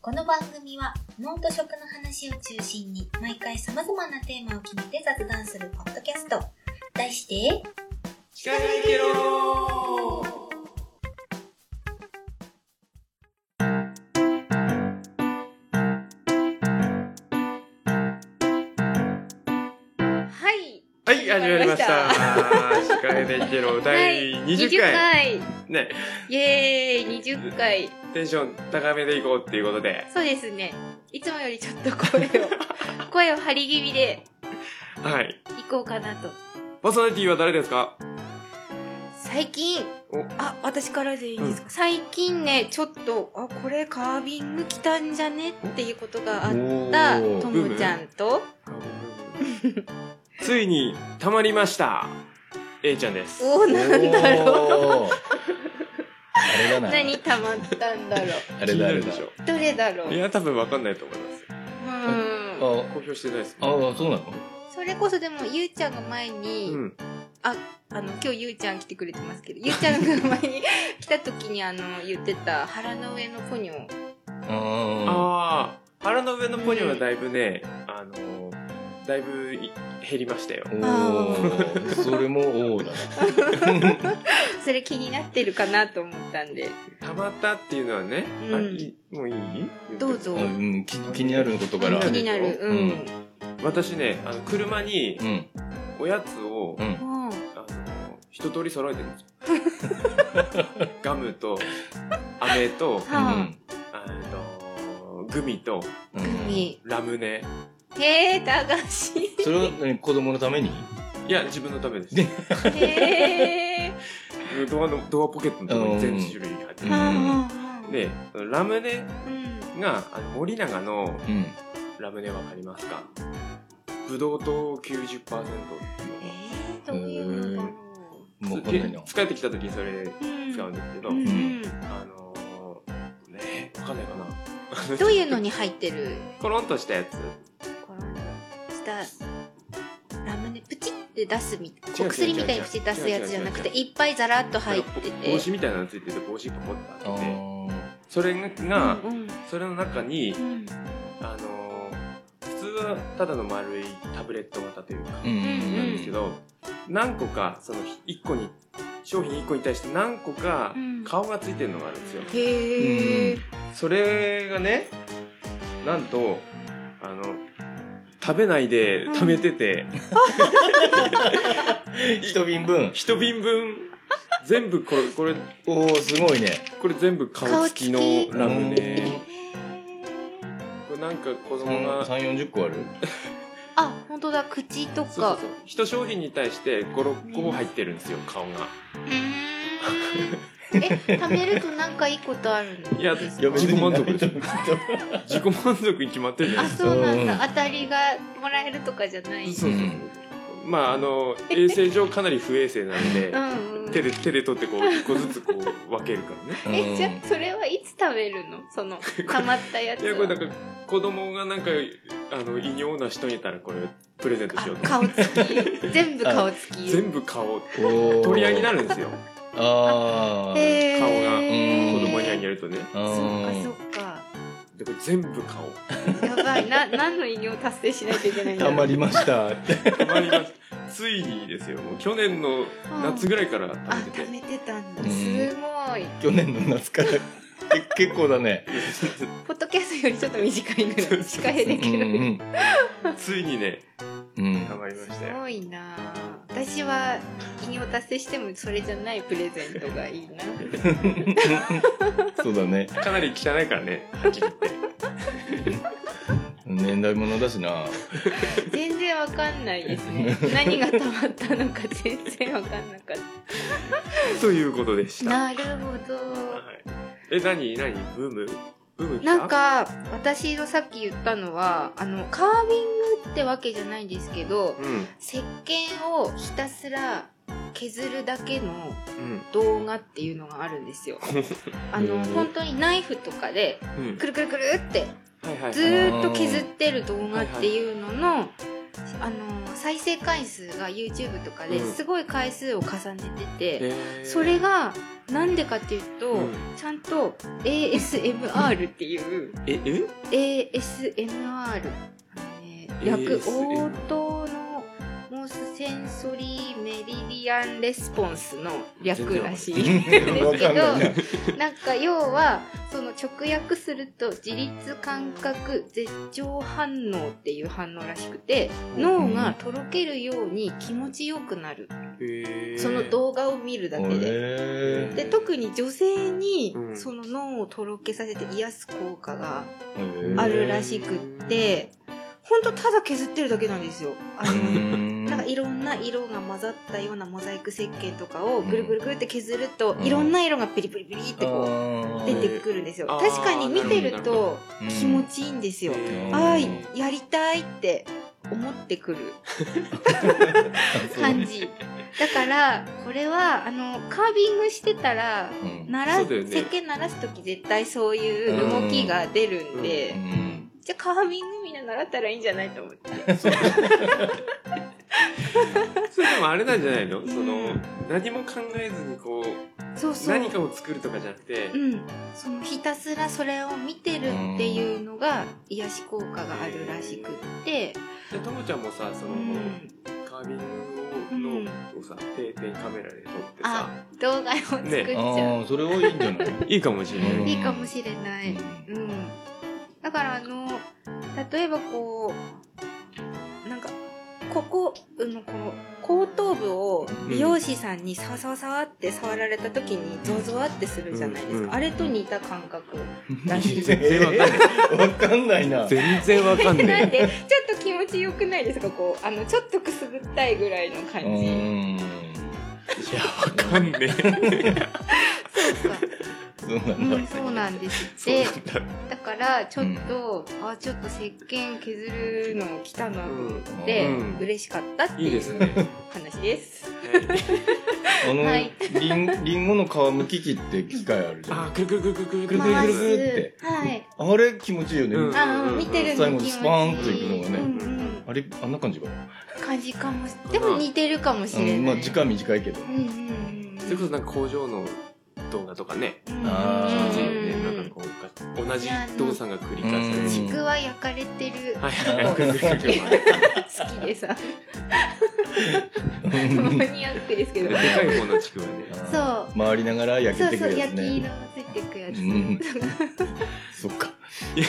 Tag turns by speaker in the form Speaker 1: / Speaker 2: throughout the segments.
Speaker 1: この番組は脳と食の話を中心に毎回様々なテーマを決めて雑談するポッドキャスト題して
Speaker 2: 聞かないけろ
Speaker 3: はい。
Speaker 2: はい、始まりました。聞かないけろ第20回。
Speaker 3: はい、20
Speaker 2: ね、
Speaker 3: 回イエーイ、20回。
Speaker 2: テンション高めでいこうっていうことで。
Speaker 3: そうですね。いつもよりちょっと声を、 声を張り気味で
Speaker 2: はい。
Speaker 3: いこうかなと。
Speaker 2: パーソナリティは誰ですか
Speaker 3: 最近
Speaker 2: お、
Speaker 3: あ、私からでいいですか、最近ね、ちょっと、あ、これカービング来たんじゃねっていうことがあ
Speaker 2: お
Speaker 3: った、
Speaker 2: ー
Speaker 3: ともちゃんと、
Speaker 2: ついに、溜まりました。A ちゃんです。
Speaker 3: おー、なんだろう。
Speaker 4: ろう。あれだな。
Speaker 3: 何溜まったんだろ
Speaker 4: あれだあ
Speaker 2: 気
Speaker 4: れ
Speaker 2: にな
Speaker 4: だ
Speaker 2: る。で
Speaker 3: う。どれだろう。
Speaker 2: しょ。いうや、多分わかんないと思います。
Speaker 3: ん。
Speaker 4: あ
Speaker 2: 公表してないです。
Speaker 4: あ、そうなの
Speaker 3: それこそでも、ゆうちゃんが前に、
Speaker 2: うん。
Speaker 3: あの、今日ゆうちゃん来てくれてますけど、ゆうちゃんが前に来た時にあの、言ってた腹の上のポニョ。
Speaker 4: あ
Speaker 2: ああ、腹の上のポニョはだいぶね、あのー、だいぶい減りましたよ。
Speaker 4: ーおーそれもおーだ
Speaker 3: それ気になってるかなと思ったんで。
Speaker 2: たまったっていうのはね、
Speaker 3: うん
Speaker 2: あいもういい
Speaker 3: どうぞ
Speaker 4: な。うん、気気になること
Speaker 3: 気
Speaker 4: から。
Speaker 3: になる。う
Speaker 4: うん
Speaker 3: ん。
Speaker 2: 私ねあの車に
Speaker 4: うん。
Speaker 2: おやつを、
Speaker 4: う
Speaker 2: あ
Speaker 4: ん。
Speaker 3: うん
Speaker 2: の一通り揃えてるんですよガムと飴と
Speaker 3: は
Speaker 2: あのグミと
Speaker 4: う
Speaker 3: あ、
Speaker 4: ん
Speaker 3: グミ。
Speaker 2: ラムネ
Speaker 3: へえ、駄菓子。
Speaker 4: それは何子供のために
Speaker 2: いや自分のためです
Speaker 3: へえ。
Speaker 2: ドアのドアポケットのところに全種類入って
Speaker 4: う
Speaker 2: る
Speaker 4: ん、
Speaker 2: でそのラムネ
Speaker 3: うん。
Speaker 2: があの森永の
Speaker 4: うん。
Speaker 2: ラムネわかりますかブドウ糖90%って
Speaker 3: えー、どういうのだろ
Speaker 4: もう
Speaker 2: いうの
Speaker 4: わかんないな。
Speaker 2: 疲れてきた時にそれ
Speaker 3: う。うん
Speaker 2: 使うんですけど、
Speaker 3: うんうん
Speaker 2: あのー、ねわかんないかな。
Speaker 3: どういうのに入ってる
Speaker 2: コロンとしたやつ。
Speaker 3: こうしたラムネプチって出すみ
Speaker 2: 違う違う違う違う
Speaker 3: お薬みたいにプチって出すやつじゃなくていっぱいザラッと入ってて
Speaker 2: 帽子みたいなのついてて帽子がポッ
Speaker 4: あ
Speaker 2: とあって
Speaker 4: ー
Speaker 2: それが、
Speaker 3: うんうん
Speaker 2: それの中に
Speaker 3: う、ん
Speaker 2: あのー、普通はただの丸いタブレット型というか、
Speaker 4: うん。
Speaker 3: うん
Speaker 2: なんですけど、何個か、その1個に、商品1個に対して何個か
Speaker 3: うん
Speaker 2: 顔がついてるのがあるんですよ。
Speaker 3: へえ
Speaker 2: それがね、なんと、あの、食べないで貯めてて、
Speaker 4: 一瓶分。
Speaker 2: 一瓶分全部これこれ
Speaker 4: おおすごいね。
Speaker 2: これ全部顔付きの
Speaker 3: 顔付
Speaker 2: ラム
Speaker 4: うん
Speaker 2: ネこれなんか子供
Speaker 4: 三
Speaker 2: がそう
Speaker 4: 三四十個ある
Speaker 3: あ本当だ口と
Speaker 2: そ
Speaker 3: か
Speaker 2: うそう一商品に対して56個も入ってるんですよ顔が
Speaker 3: うーんえ貯めるとなんかいいことあるの
Speaker 2: いや
Speaker 3: ですか
Speaker 2: いや別に満足
Speaker 4: で
Speaker 2: ですす 自己満足に決まってるじゃな
Speaker 3: あ
Speaker 2: いです
Speaker 3: そうなん
Speaker 4: うん
Speaker 3: だ当たりがもらえるとかじゃない
Speaker 2: かそうそうそうまああの衛生上かなり不衛生なので
Speaker 3: うんうん
Speaker 2: 手で手で取ってこう一個ずつこう分けるからね
Speaker 3: えじゃあそれはいつ食べるのそ の溜まったやつ
Speaker 2: いや
Speaker 3: は
Speaker 2: これなんか子供がなんかあの異様な人にいたらこれプレゼントしよう
Speaker 3: あ
Speaker 2: と思って
Speaker 3: 顔つ き全部顔つき
Speaker 2: 全部顔
Speaker 4: おー
Speaker 2: 取り上げになるんですよ
Speaker 4: あー
Speaker 3: へー
Speaker 2: 顔が
Speaker 4: うん
Speaker 2: 子供にあげるとね
Speaker 4: あー
Speaker 3: そっか
Speaker 2: でこれ全部顔
Speaker 3: そっかやばいな何の偉業達成しなきゃいけないんだ
Speaker 4: た
Speaker 3: ろ
Speaker 4: ま
Speaker 3: う
Speaker 4: りました って。
Speaker 2: たまりますついにですよもう去年の夏ぐらいから
Speaker 3: あ
Speaker 2: 食べて
Speaker 3: 貯めてたんだ
Speaker 4: うん
Speaker 3: すごい
Speaker 4: 去年の 夏から。け結構だね。
Speaker 3: ポッドキャストよりちょっと短いぐらい近いだけど、
Speaker 4: うん
Speaker 2: てついにね
Speaker 4: うんうん
Speaker 2: たまりました
Speaker 3: す
Speaker 2: よ
Speaker 3: ごいな私は偉業達成してもそれじゃないプレゼントがいいな
Speaker 4: そうだね。
Speaker 2: かなり汚いからね はっきり言って
Speaker 4: 年代物だしな。
Speaker 3: 全然わかんないですね何が溜まったのか全然わかんなかっ
Speaker 2: ということでしたた、は
Speaker 3: なるほど
Speaker 2: い、え何何ブームブーム来た
Speaker 3: なんか私のさっき言ったのはあのカービングってわけじゃないんですけど
Speaker 2: うんうん
Speaker 3: 石鹸をひたすら削るだけの動画っていうのがあるん ですよあ
Speaker 4: うん
Speaker 3: の本当にナイフとかで
Speaker 2: うん
Speaker 3: くるくるくるって
Speaker 2: はいはい
Speaker 3: ずーっと削ってる動画っていうののあの再生回数が YouTube とかで
Speaker 2: うん
Speaker 3: すごい回数を重ねてて、
Speaker 2: えー
Speaker 3: それがなんでかっていうと、
Speaker 2: うん
Speaker 3: ちゃんと ASMR っていう、
Speaker 2: ええ
Speaker 3: ASMR あのね略
Speaker 2: ASMR
Speaker 3: 応答のモースセンソリーメリディアンレスポンスの略らしい
Speaker 2: 全
Speaker 3: ん
Speaker 2: 然
Speaker 3: です
Speaker 2: わか
Speaker 4: わ
Speaker 2: んない
Speaker 3: け
Speaker 4: かんない
Speaker 3: ど
Speaker 4: ね。
Speaker 3: なんか要はその直訳すると自律感覚絶頂反応っていう反応らしくて脳がとろけるように気持ちよくなる
Speaker 2: えー
Speaker 3: その動画を見るだけで。
Speaker 4: え
Speaker 3: で特に女性に
Speaker 2: うん
Speaker 3: その脳をとろけさせて癒す効果が
Speaker 4: ー
Speaker 3: あるらしくってほんとただ削ってるだけなんですよ。あの
Speaker 4: うん
Speaker 3: なんかいろんな色が混ざったようなモザイク石鹸とかをぐるぐるぐるって削ると、
Speaker 4: うん
Speaker 3: いろんな色がピリピリピリってこう
Speaker 4: あー
Speaker 3: 出てくるんですよ。
Speaker 2: あー
Speaker 3: 確かに見てると
Speaker 4: うん
Speaker 3: 気持ちいいんですよ。
Speaker 2: えー
Speaker 3: ああやりたいって思ってくる感じ。だからこれはあのカービングしてたら
Speaker 4: うん
Speaker 3: 鳴ら、
Speaker 2: そうだよね
Speaker 3: 石鹸鳴らす時絶対そういう動きが出るんで、
Speaker 4: うん
Speaker 3: じゃあカービングみんな習ったらいいんじゃないと思って。
Speaker 2: それでもあれなんじゃないの、
Speaker 3: ん
Speaker 2: その何も考えずにこう
Speaker 3: そうそう。
Speaker 2: 何かを作るとかじゃなくて、
Speaker 3: うん、そのひたすらそれを見てるっていうのが癒し効果があるらしくって、
Speaker 2: でともちゃんもさその、
Speaker 3: うん、
Speaker 2: カービングをのをさ定点カメラで撮ってさ
Speaker 3: あ動画を作っち
Speaker 4: あ
Speaker 3: ゃう、
Speaker 4: ーそれはいいんじゃない
Speaker 2: いいかもしれない、
Speaker 4: うん
Speaker 3: いいかもしれない、
Speaker 4: う
Speaker 3: うんだからあの例えばこうなんかここのこの後頭部を美容師さんにサワサワサワって触られた時にゾワゾワってするじゃないですか、
Speaker 2: うんうん
Speaker 3: あれと似た感覚らしい
Speaker 2: 全
Speaker 3: です
Speaker 2: 然わかんない
Speaker 4: わかんないな。
Speaker 2: 全然わかんな
Speaker 3: なん
Speaker 2: い
Speaker 3: でちょっと気持ちよくないですかこうあのちょっとくすぐったいぐらいの感
Speaker 4: う
Speaker 3: じ、
Speaker 4: ん。
Speaker 2: いやわかんね
Speaker 3: そう か
Speaker 4: そうな
Speaker 3: うんん、
Speaker 4: だ。
Speaker 3: そうなんです
Speaker 2: そう
Speaker 3: で
Speaker 2: なんだ
Speaker 3: だからちょっと、あちょっと石鹸削るの来たなと思って、
Speaker 2: うん
Speaker 3: 嬉しかったって
Speaker 2: いい
Speaker 3: い
Speaker 2: です
Speaker 3: う
Speaker 2: ね、
Speaker 3: 話です。
Speaker 4: あの、
Speaker 3: はい
Speaker 4: りん、りんごの皮むき器って機械あるじゃん。
Speaker 2: あーくるくるくるくるくるくる
Speaker 3: 回
Speaker 2: く
Speaker 4: 回
Speaker 2: る
Speaker 4: す
Speaker 2: くる
Speaker 4: ぐって
Speaker 3: すはい、
Speaker 4: あれ気持ちいいよね。
Speaker 2: うん
Speaker 3: あの見てるの気持ちいい
Speaker 4: 最後にスパーンと行くの
Speaker 3: う
Speaker 4: がね
Speaker 3: んうん、
Speaker 4: あれ、あんな感じか。
Speaker 3: 感じかもしでも似てるかもし
Speaker 4: う
Speaker 3: れない。
Speaker 4: ん、まあ時間短いけど。
Speaker 3: うんうんうん
Speaker 2: それこそなんか工場の動画とかね
Speaker 3: う
Speaker 2: 気
Speaker 3: ん
Speaker 4: あー
Speaker 2: 持ちいいよね
Speaker 3: うんうん
Speaker 2: なんかこう同じ動作が繰り返される
Speaker 3: ちくわ焼かれてる
Speaker 2: はい
Speaker 4: あ
Speaker 2: はいは
Speaker 4: ー
Speaker 2: いくるくるくるくる
Speaker 3: 好きでさ、
Speaker 4: う
Speaker 3: マ
Speaker 4: ん
Speaker 3: ニアックですけ
Speaker 2: で
Speaker 3: ど。
Speaker 2: かい方のちくわね
Speaker 3: そう
Speaker 4: 回りながら焼け
Speaker 3: そう
Speaker 4: て
Speaker 3: そ
Speaker 4: く
Speaker 3: う
Speaker 4: るやつ
Speaker 3: 焼き
Speaker 4: ね。
Speaker 3: 色がついてくやつ。
Speaker 4: うん。そっか。
Speaker 3: はい。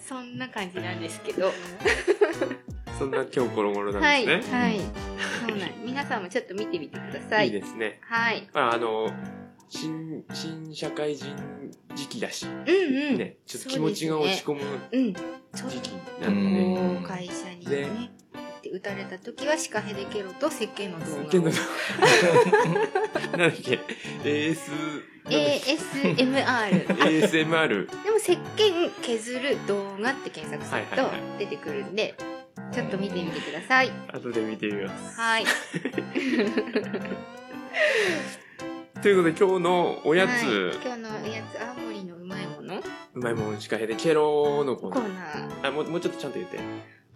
Speaker 3: そんな感じなんですけど。
Speaker 2: そんな今日ころもろなん
Speaker 3: はい。
Speaker 2: ですね、
Speaker 3: はい。そうなん。皆さんもちょっと見てみてくださ
Speaker 2: い、い
Speaker 3: い。
Speaker 2: ですね
Speaker 3: はい。
Speaker 2: まああの新新社会人時期だし、
Speaker 3: うんうん。
Speaker 2: ねちょっと気持ちが落ち込む
Speaker 3: うん。ちょっ
Speaker 2: 時期
Speaker 3: と
Speaker 2: なんでね、
Speaker 3: こう会社にね
Speaker 2: で。
Speaker 3: で打たれた時はシカヘデケロと石鹸の動
Speaker 2: けど
Speaker 3: 画を
Speaker 2: なんだっけ AS なんだっけ
Speaker 3: ASMR あ
Speaker 2: ASMR
Speaker 3: でも石鹸削る動画って検索する
Speaker 2: はいはい
Speaker 3: と出てくるんでちょっと見てみてください
Speaker 2: 後で見てみます
Speaker 3: はい
Speaker 2: ということで今日のおやつ、
Speaker 3: はい今日のおやつ青森のうまいもの
Speaker 2: うまいもんしかへでケローのコー
Speaker 3: コ
Speaker 2: ナー
Speaker 3: ーナー
Speaker 2: あもうもうちょっとちゃんと言って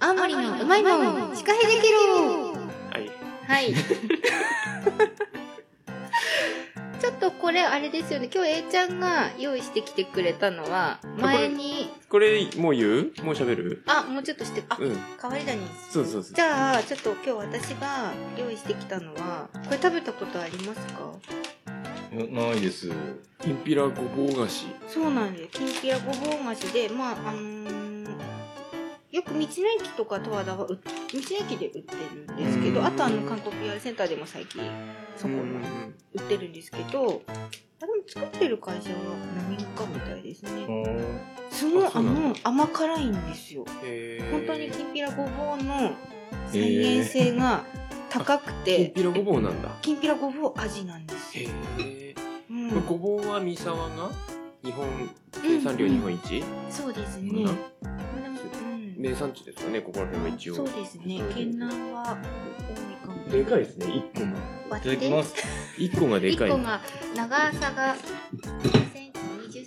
Speaker 3: 青森のうまいもんシカヘデケロ
Speaker 2: はい
Speaker 3: はいちょっとこれあれですよね今日 A ちゃんが用意してきてくれたのは前に
Speaker 2: これもう言うもう喋る
Speaker 3: あもうちょっとしてあ
Speaker 2: うん
Speaker 3: 代わりだに
Speaker 2: そうそうそう
Speaker 3: じゃあちょっと今日私が用意してきたのはこれ食べたことありますか
Speaker 4: いやないです。
Speaker 2: きんぴらごぼう菓子
Speaker 3: そうなんですきんぴらごぼう菓子でまああのーよく道の駅とか十和田は売っ道の駅で売ってるんですけ
Speaker 2: う
Speaker 3: ど
Speaker 2: ん
Speaker 3: あとあの韓国 PR センターでも最近そこの
Speaker 2: うんうん
Speaker 3: 売ってるんですけどあでも作ってる会社は何かみたいですねすごい
Speaker 2: あ
Speaker 3: あ
Speaker 2: そうなん
Speaker 3: の甘辛いんですよ
Speaker 2: へー
Speaker 3: 本当にきんぴらごぼうの再現性が高く
Speaker 2: きん
Speaker 3: て
Speaker 2: ぴらごぼうなんだ
Speaker 3: きんぴらごぼう味なんです
Speaker 2: へ
Speaker 3: よ、
Speaker 2: え
Speaker 3: うん、
Speaker 2: ごぼうは三沢が日本生産量日本一、
Speaker 3: そうです
Speaker 4: う
Speaker 3: ね、
Speaker 4: ん
Speaker 3: これもうん
Speaker 2: 名産地ですかねここら辺は一応
Speaker 3: そうです
Speaker 2: そ
Speaker 3: ね
Speaker 2: うですね
Speaker 3: 県南は多いかも
Speaker 2: でかいですね一個が
Speaker 4: いただきます。
Speaker 2: 一個がでかい
Speaker 3: 1個が長さが20センチ20センチぐ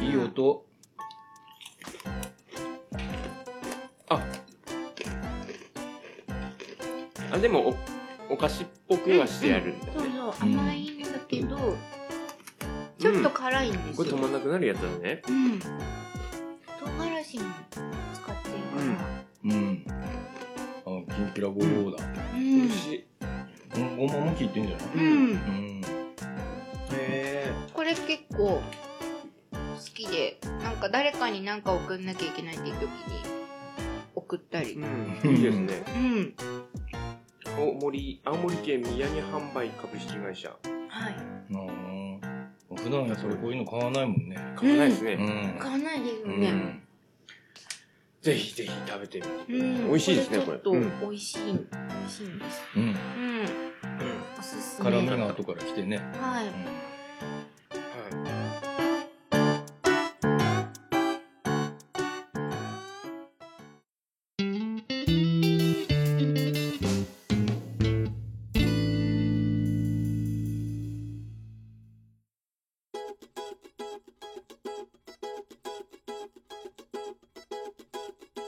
Speaker 3: らい
Speaker 4: いい音。
Speaker 2: でもおお菓子っぽくはしてやるんだよ
Speaker 3: そう
Speaker 2: ね、
Speaker 3: そう甘いんだけど、ちょっと辛いんです
Speaker 2: こ
Speaker 3: よ、
Speaker 2: れ止まんなくなるやつだね
Speaker 3: うん唐辛子も使ってるから
Speaker 4: うん。あ、きんぴらごぼうだ。
Speaker 3: うん、
Speaker 2: 美味しい
Speaker 4: うんごまも効いてんじゃない
Speaker 3: うん
Speaker 4: うん。
Speaker 2: へ
Speaker 3: これ結構好きでなんか誰かに何か送んなきゃいけないっていう時に送ったり
Speaker 2: えうんいいですね
Speaker 3: うん
Speaker 2: 青森青森県宮城販売株式会社
Speaker 3: はい
Speaker 4: あ普段やそれこういうの買わないもんね。
Speaker 2: 買わないですね、
Speaker 4: うん。
Speaker 3: 買わないですよ
Speaker 4: う
Speaker 3: ね、
Speaker 4: ん。
Speaker 2: ぜひぜひ食べてみて
Speaker 3: うん
Speaker 2: 美味しいですね
Speaker 3: これちょ
Speaker 2: これ
Speaker 3: っと美味しい、美味しいんです
Speaker 4: うん。
Speaker 3: うんおすすめ
Speaker 4: 辛みが後から来てね。
Speaker 3: はい
Speaker 2: は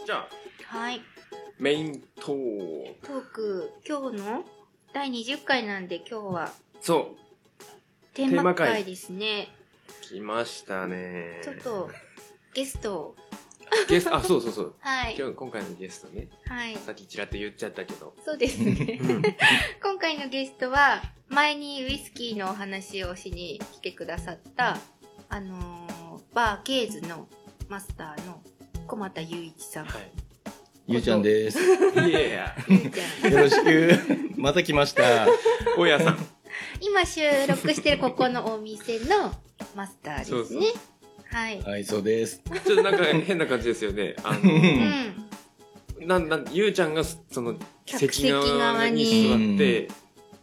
Speaker 2: じゃあ
Speaker 3: はい
Speaker 2: メイントーク
Speaker 3: トーク今日の第20回なんで今日は
Speaker 2: そ
Speaker 3: テーマ
Speaker 2: テーマ
Speaker 3: 会
Speaker 2: 会
Speaker 3: ですね
Speaker 2: う来ましたね
Speaker 3: ちょっとゲストを
Speaker 2: ゲストあそうそうそう
Speaker 3: はい
Speaker 2: 今日今回のゲストね
Speaker 3: はい
Speaker 2: さっきちらっと言っちゃったけど
Speaker 3: そうです ね今回のゲストは前にウイスキーのお話をしに来てくださったあのーバーケーズのマスターの小俣雄一 さん
Speaker 2: はい
Speaker 4: ゆうちゃんです。よ
Speaker 2: いやいや、
Speaker 3: ゆうちゃん
Speaker 4: ろしく。また来ました。
Speaker 2: 大家さん。
Speaker 3: 今収録してるここのお店のマスターですね
Speaker 2: そうそう
Speaker 3: はい、
Speaker 4: はい、そうです。
Speaker 2: ちょっとなんか変な感じですよね。あ
Speaker 4: う
Speaker 2: の、
Speaker 3: うん
Speaker 4: ん。
Speaker 2: なん、なん、ゆうちゃんがそその、
Speaker 3: 客席
Speaker 2: 席側に
Speaker 4: 側
Speaker 2: 座
Speaker 4: に
Speaker 2: って、
Speaker 4: うん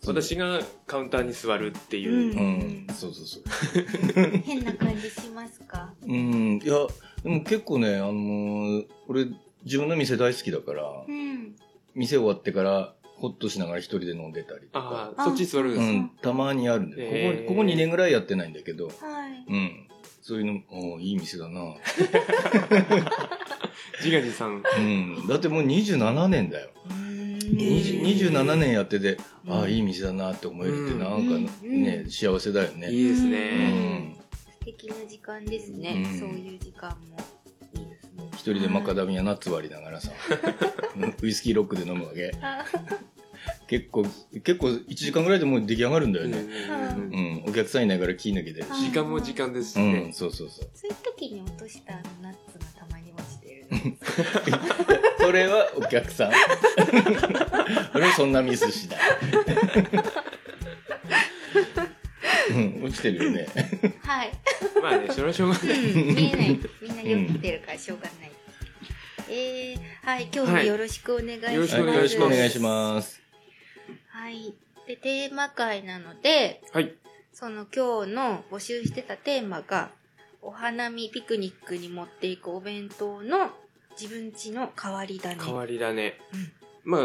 Speaker 2: 私がカウンターに座るっていうう。
Speaker 4: うん。そうそうそう。
Speaker 3: 変な感じしますか
Speaker 4: うん。いや、でも結構ね、あのー俺、自分の店大好きだから、
Speaker 3: うん
Speaker 4: 店終わってから、ホッとしながら一人で飲んでたりとか
Speaker 2: あ。あ、そっち座るん
Speaker 4: う
Speaker 2: です
Speaker 4: ん、たまにあるんで、
Speaker 2: へー
Speaker 4: ここ、ここ2年ぐらいやってないんだけど、
Speaker 3: はい
Speaker 4: うん。そういうのも、おーいい店だな。
Speaker 2: 自画自賛。
Speaker 4: うん。だってもう27年だよ。20 27年やってて、ああ、いい店だなって思えるって、
Speaker 2: うん
Speaker 4: なんかね
Speaker 3: う、ん
Speaker 4: 幸せだよね。
Speaker 2: いいです
Speaker 4: う
Speaker 3: うん
Speaker 2: ね。
Speaker 4: ん。
Speaker 3: 素敵な時間ですね、
Speaker 4: うん
Speaker 3: そういう時間も
Speaker 2: いいですね。
Speaker 4: 一人でマカダミアナッツ割りながらさ、ウイスキーロックで飲むわけ。
Speaker 3: あ
Speaker 4: 結構、結構1時間ぐらいでもう出来上がるんだよ
Speaker 2: うん
Speaker 4: ね。
Speaker 2: うんうん
Speaker 4: うん。お客さんいないから気抜けてる
Speaker 3: あ
Speaker 4: し。
Speaker 2: 時間も時間ですし
Speaker 4: う
Speaker 2: ね
Speaker 4: ん、。そうそうそう。
Speaker 3: そういう時に落としたあのナッツがたまに落ちてる の
Speaker 4: それはお客さん。俺はそんなミスしない。うん、落ちてるよね。
Speaker 3: はい、
Speaker 2: まあね、それはしょうがない。
Speaker 3: うん、見えないみんなよく見てるからしょうがない、えー、はい今日もよろしくお願いします、
Speaker 2: はいよろし
Speaker 4: はい、
Speaker 2: く
Speaker 4: よろしくお願いし
Speaker 3: す
Speaker 4: ます。
Speaker 3: はいでテーマ会なので
Speaker 2: はい。
Speaker 3: その今日の募集してたテーマが、お花見ピクニックに持っていくお弁当の自分家の代わり種。
Speaker 2: 変わりだね。まあ、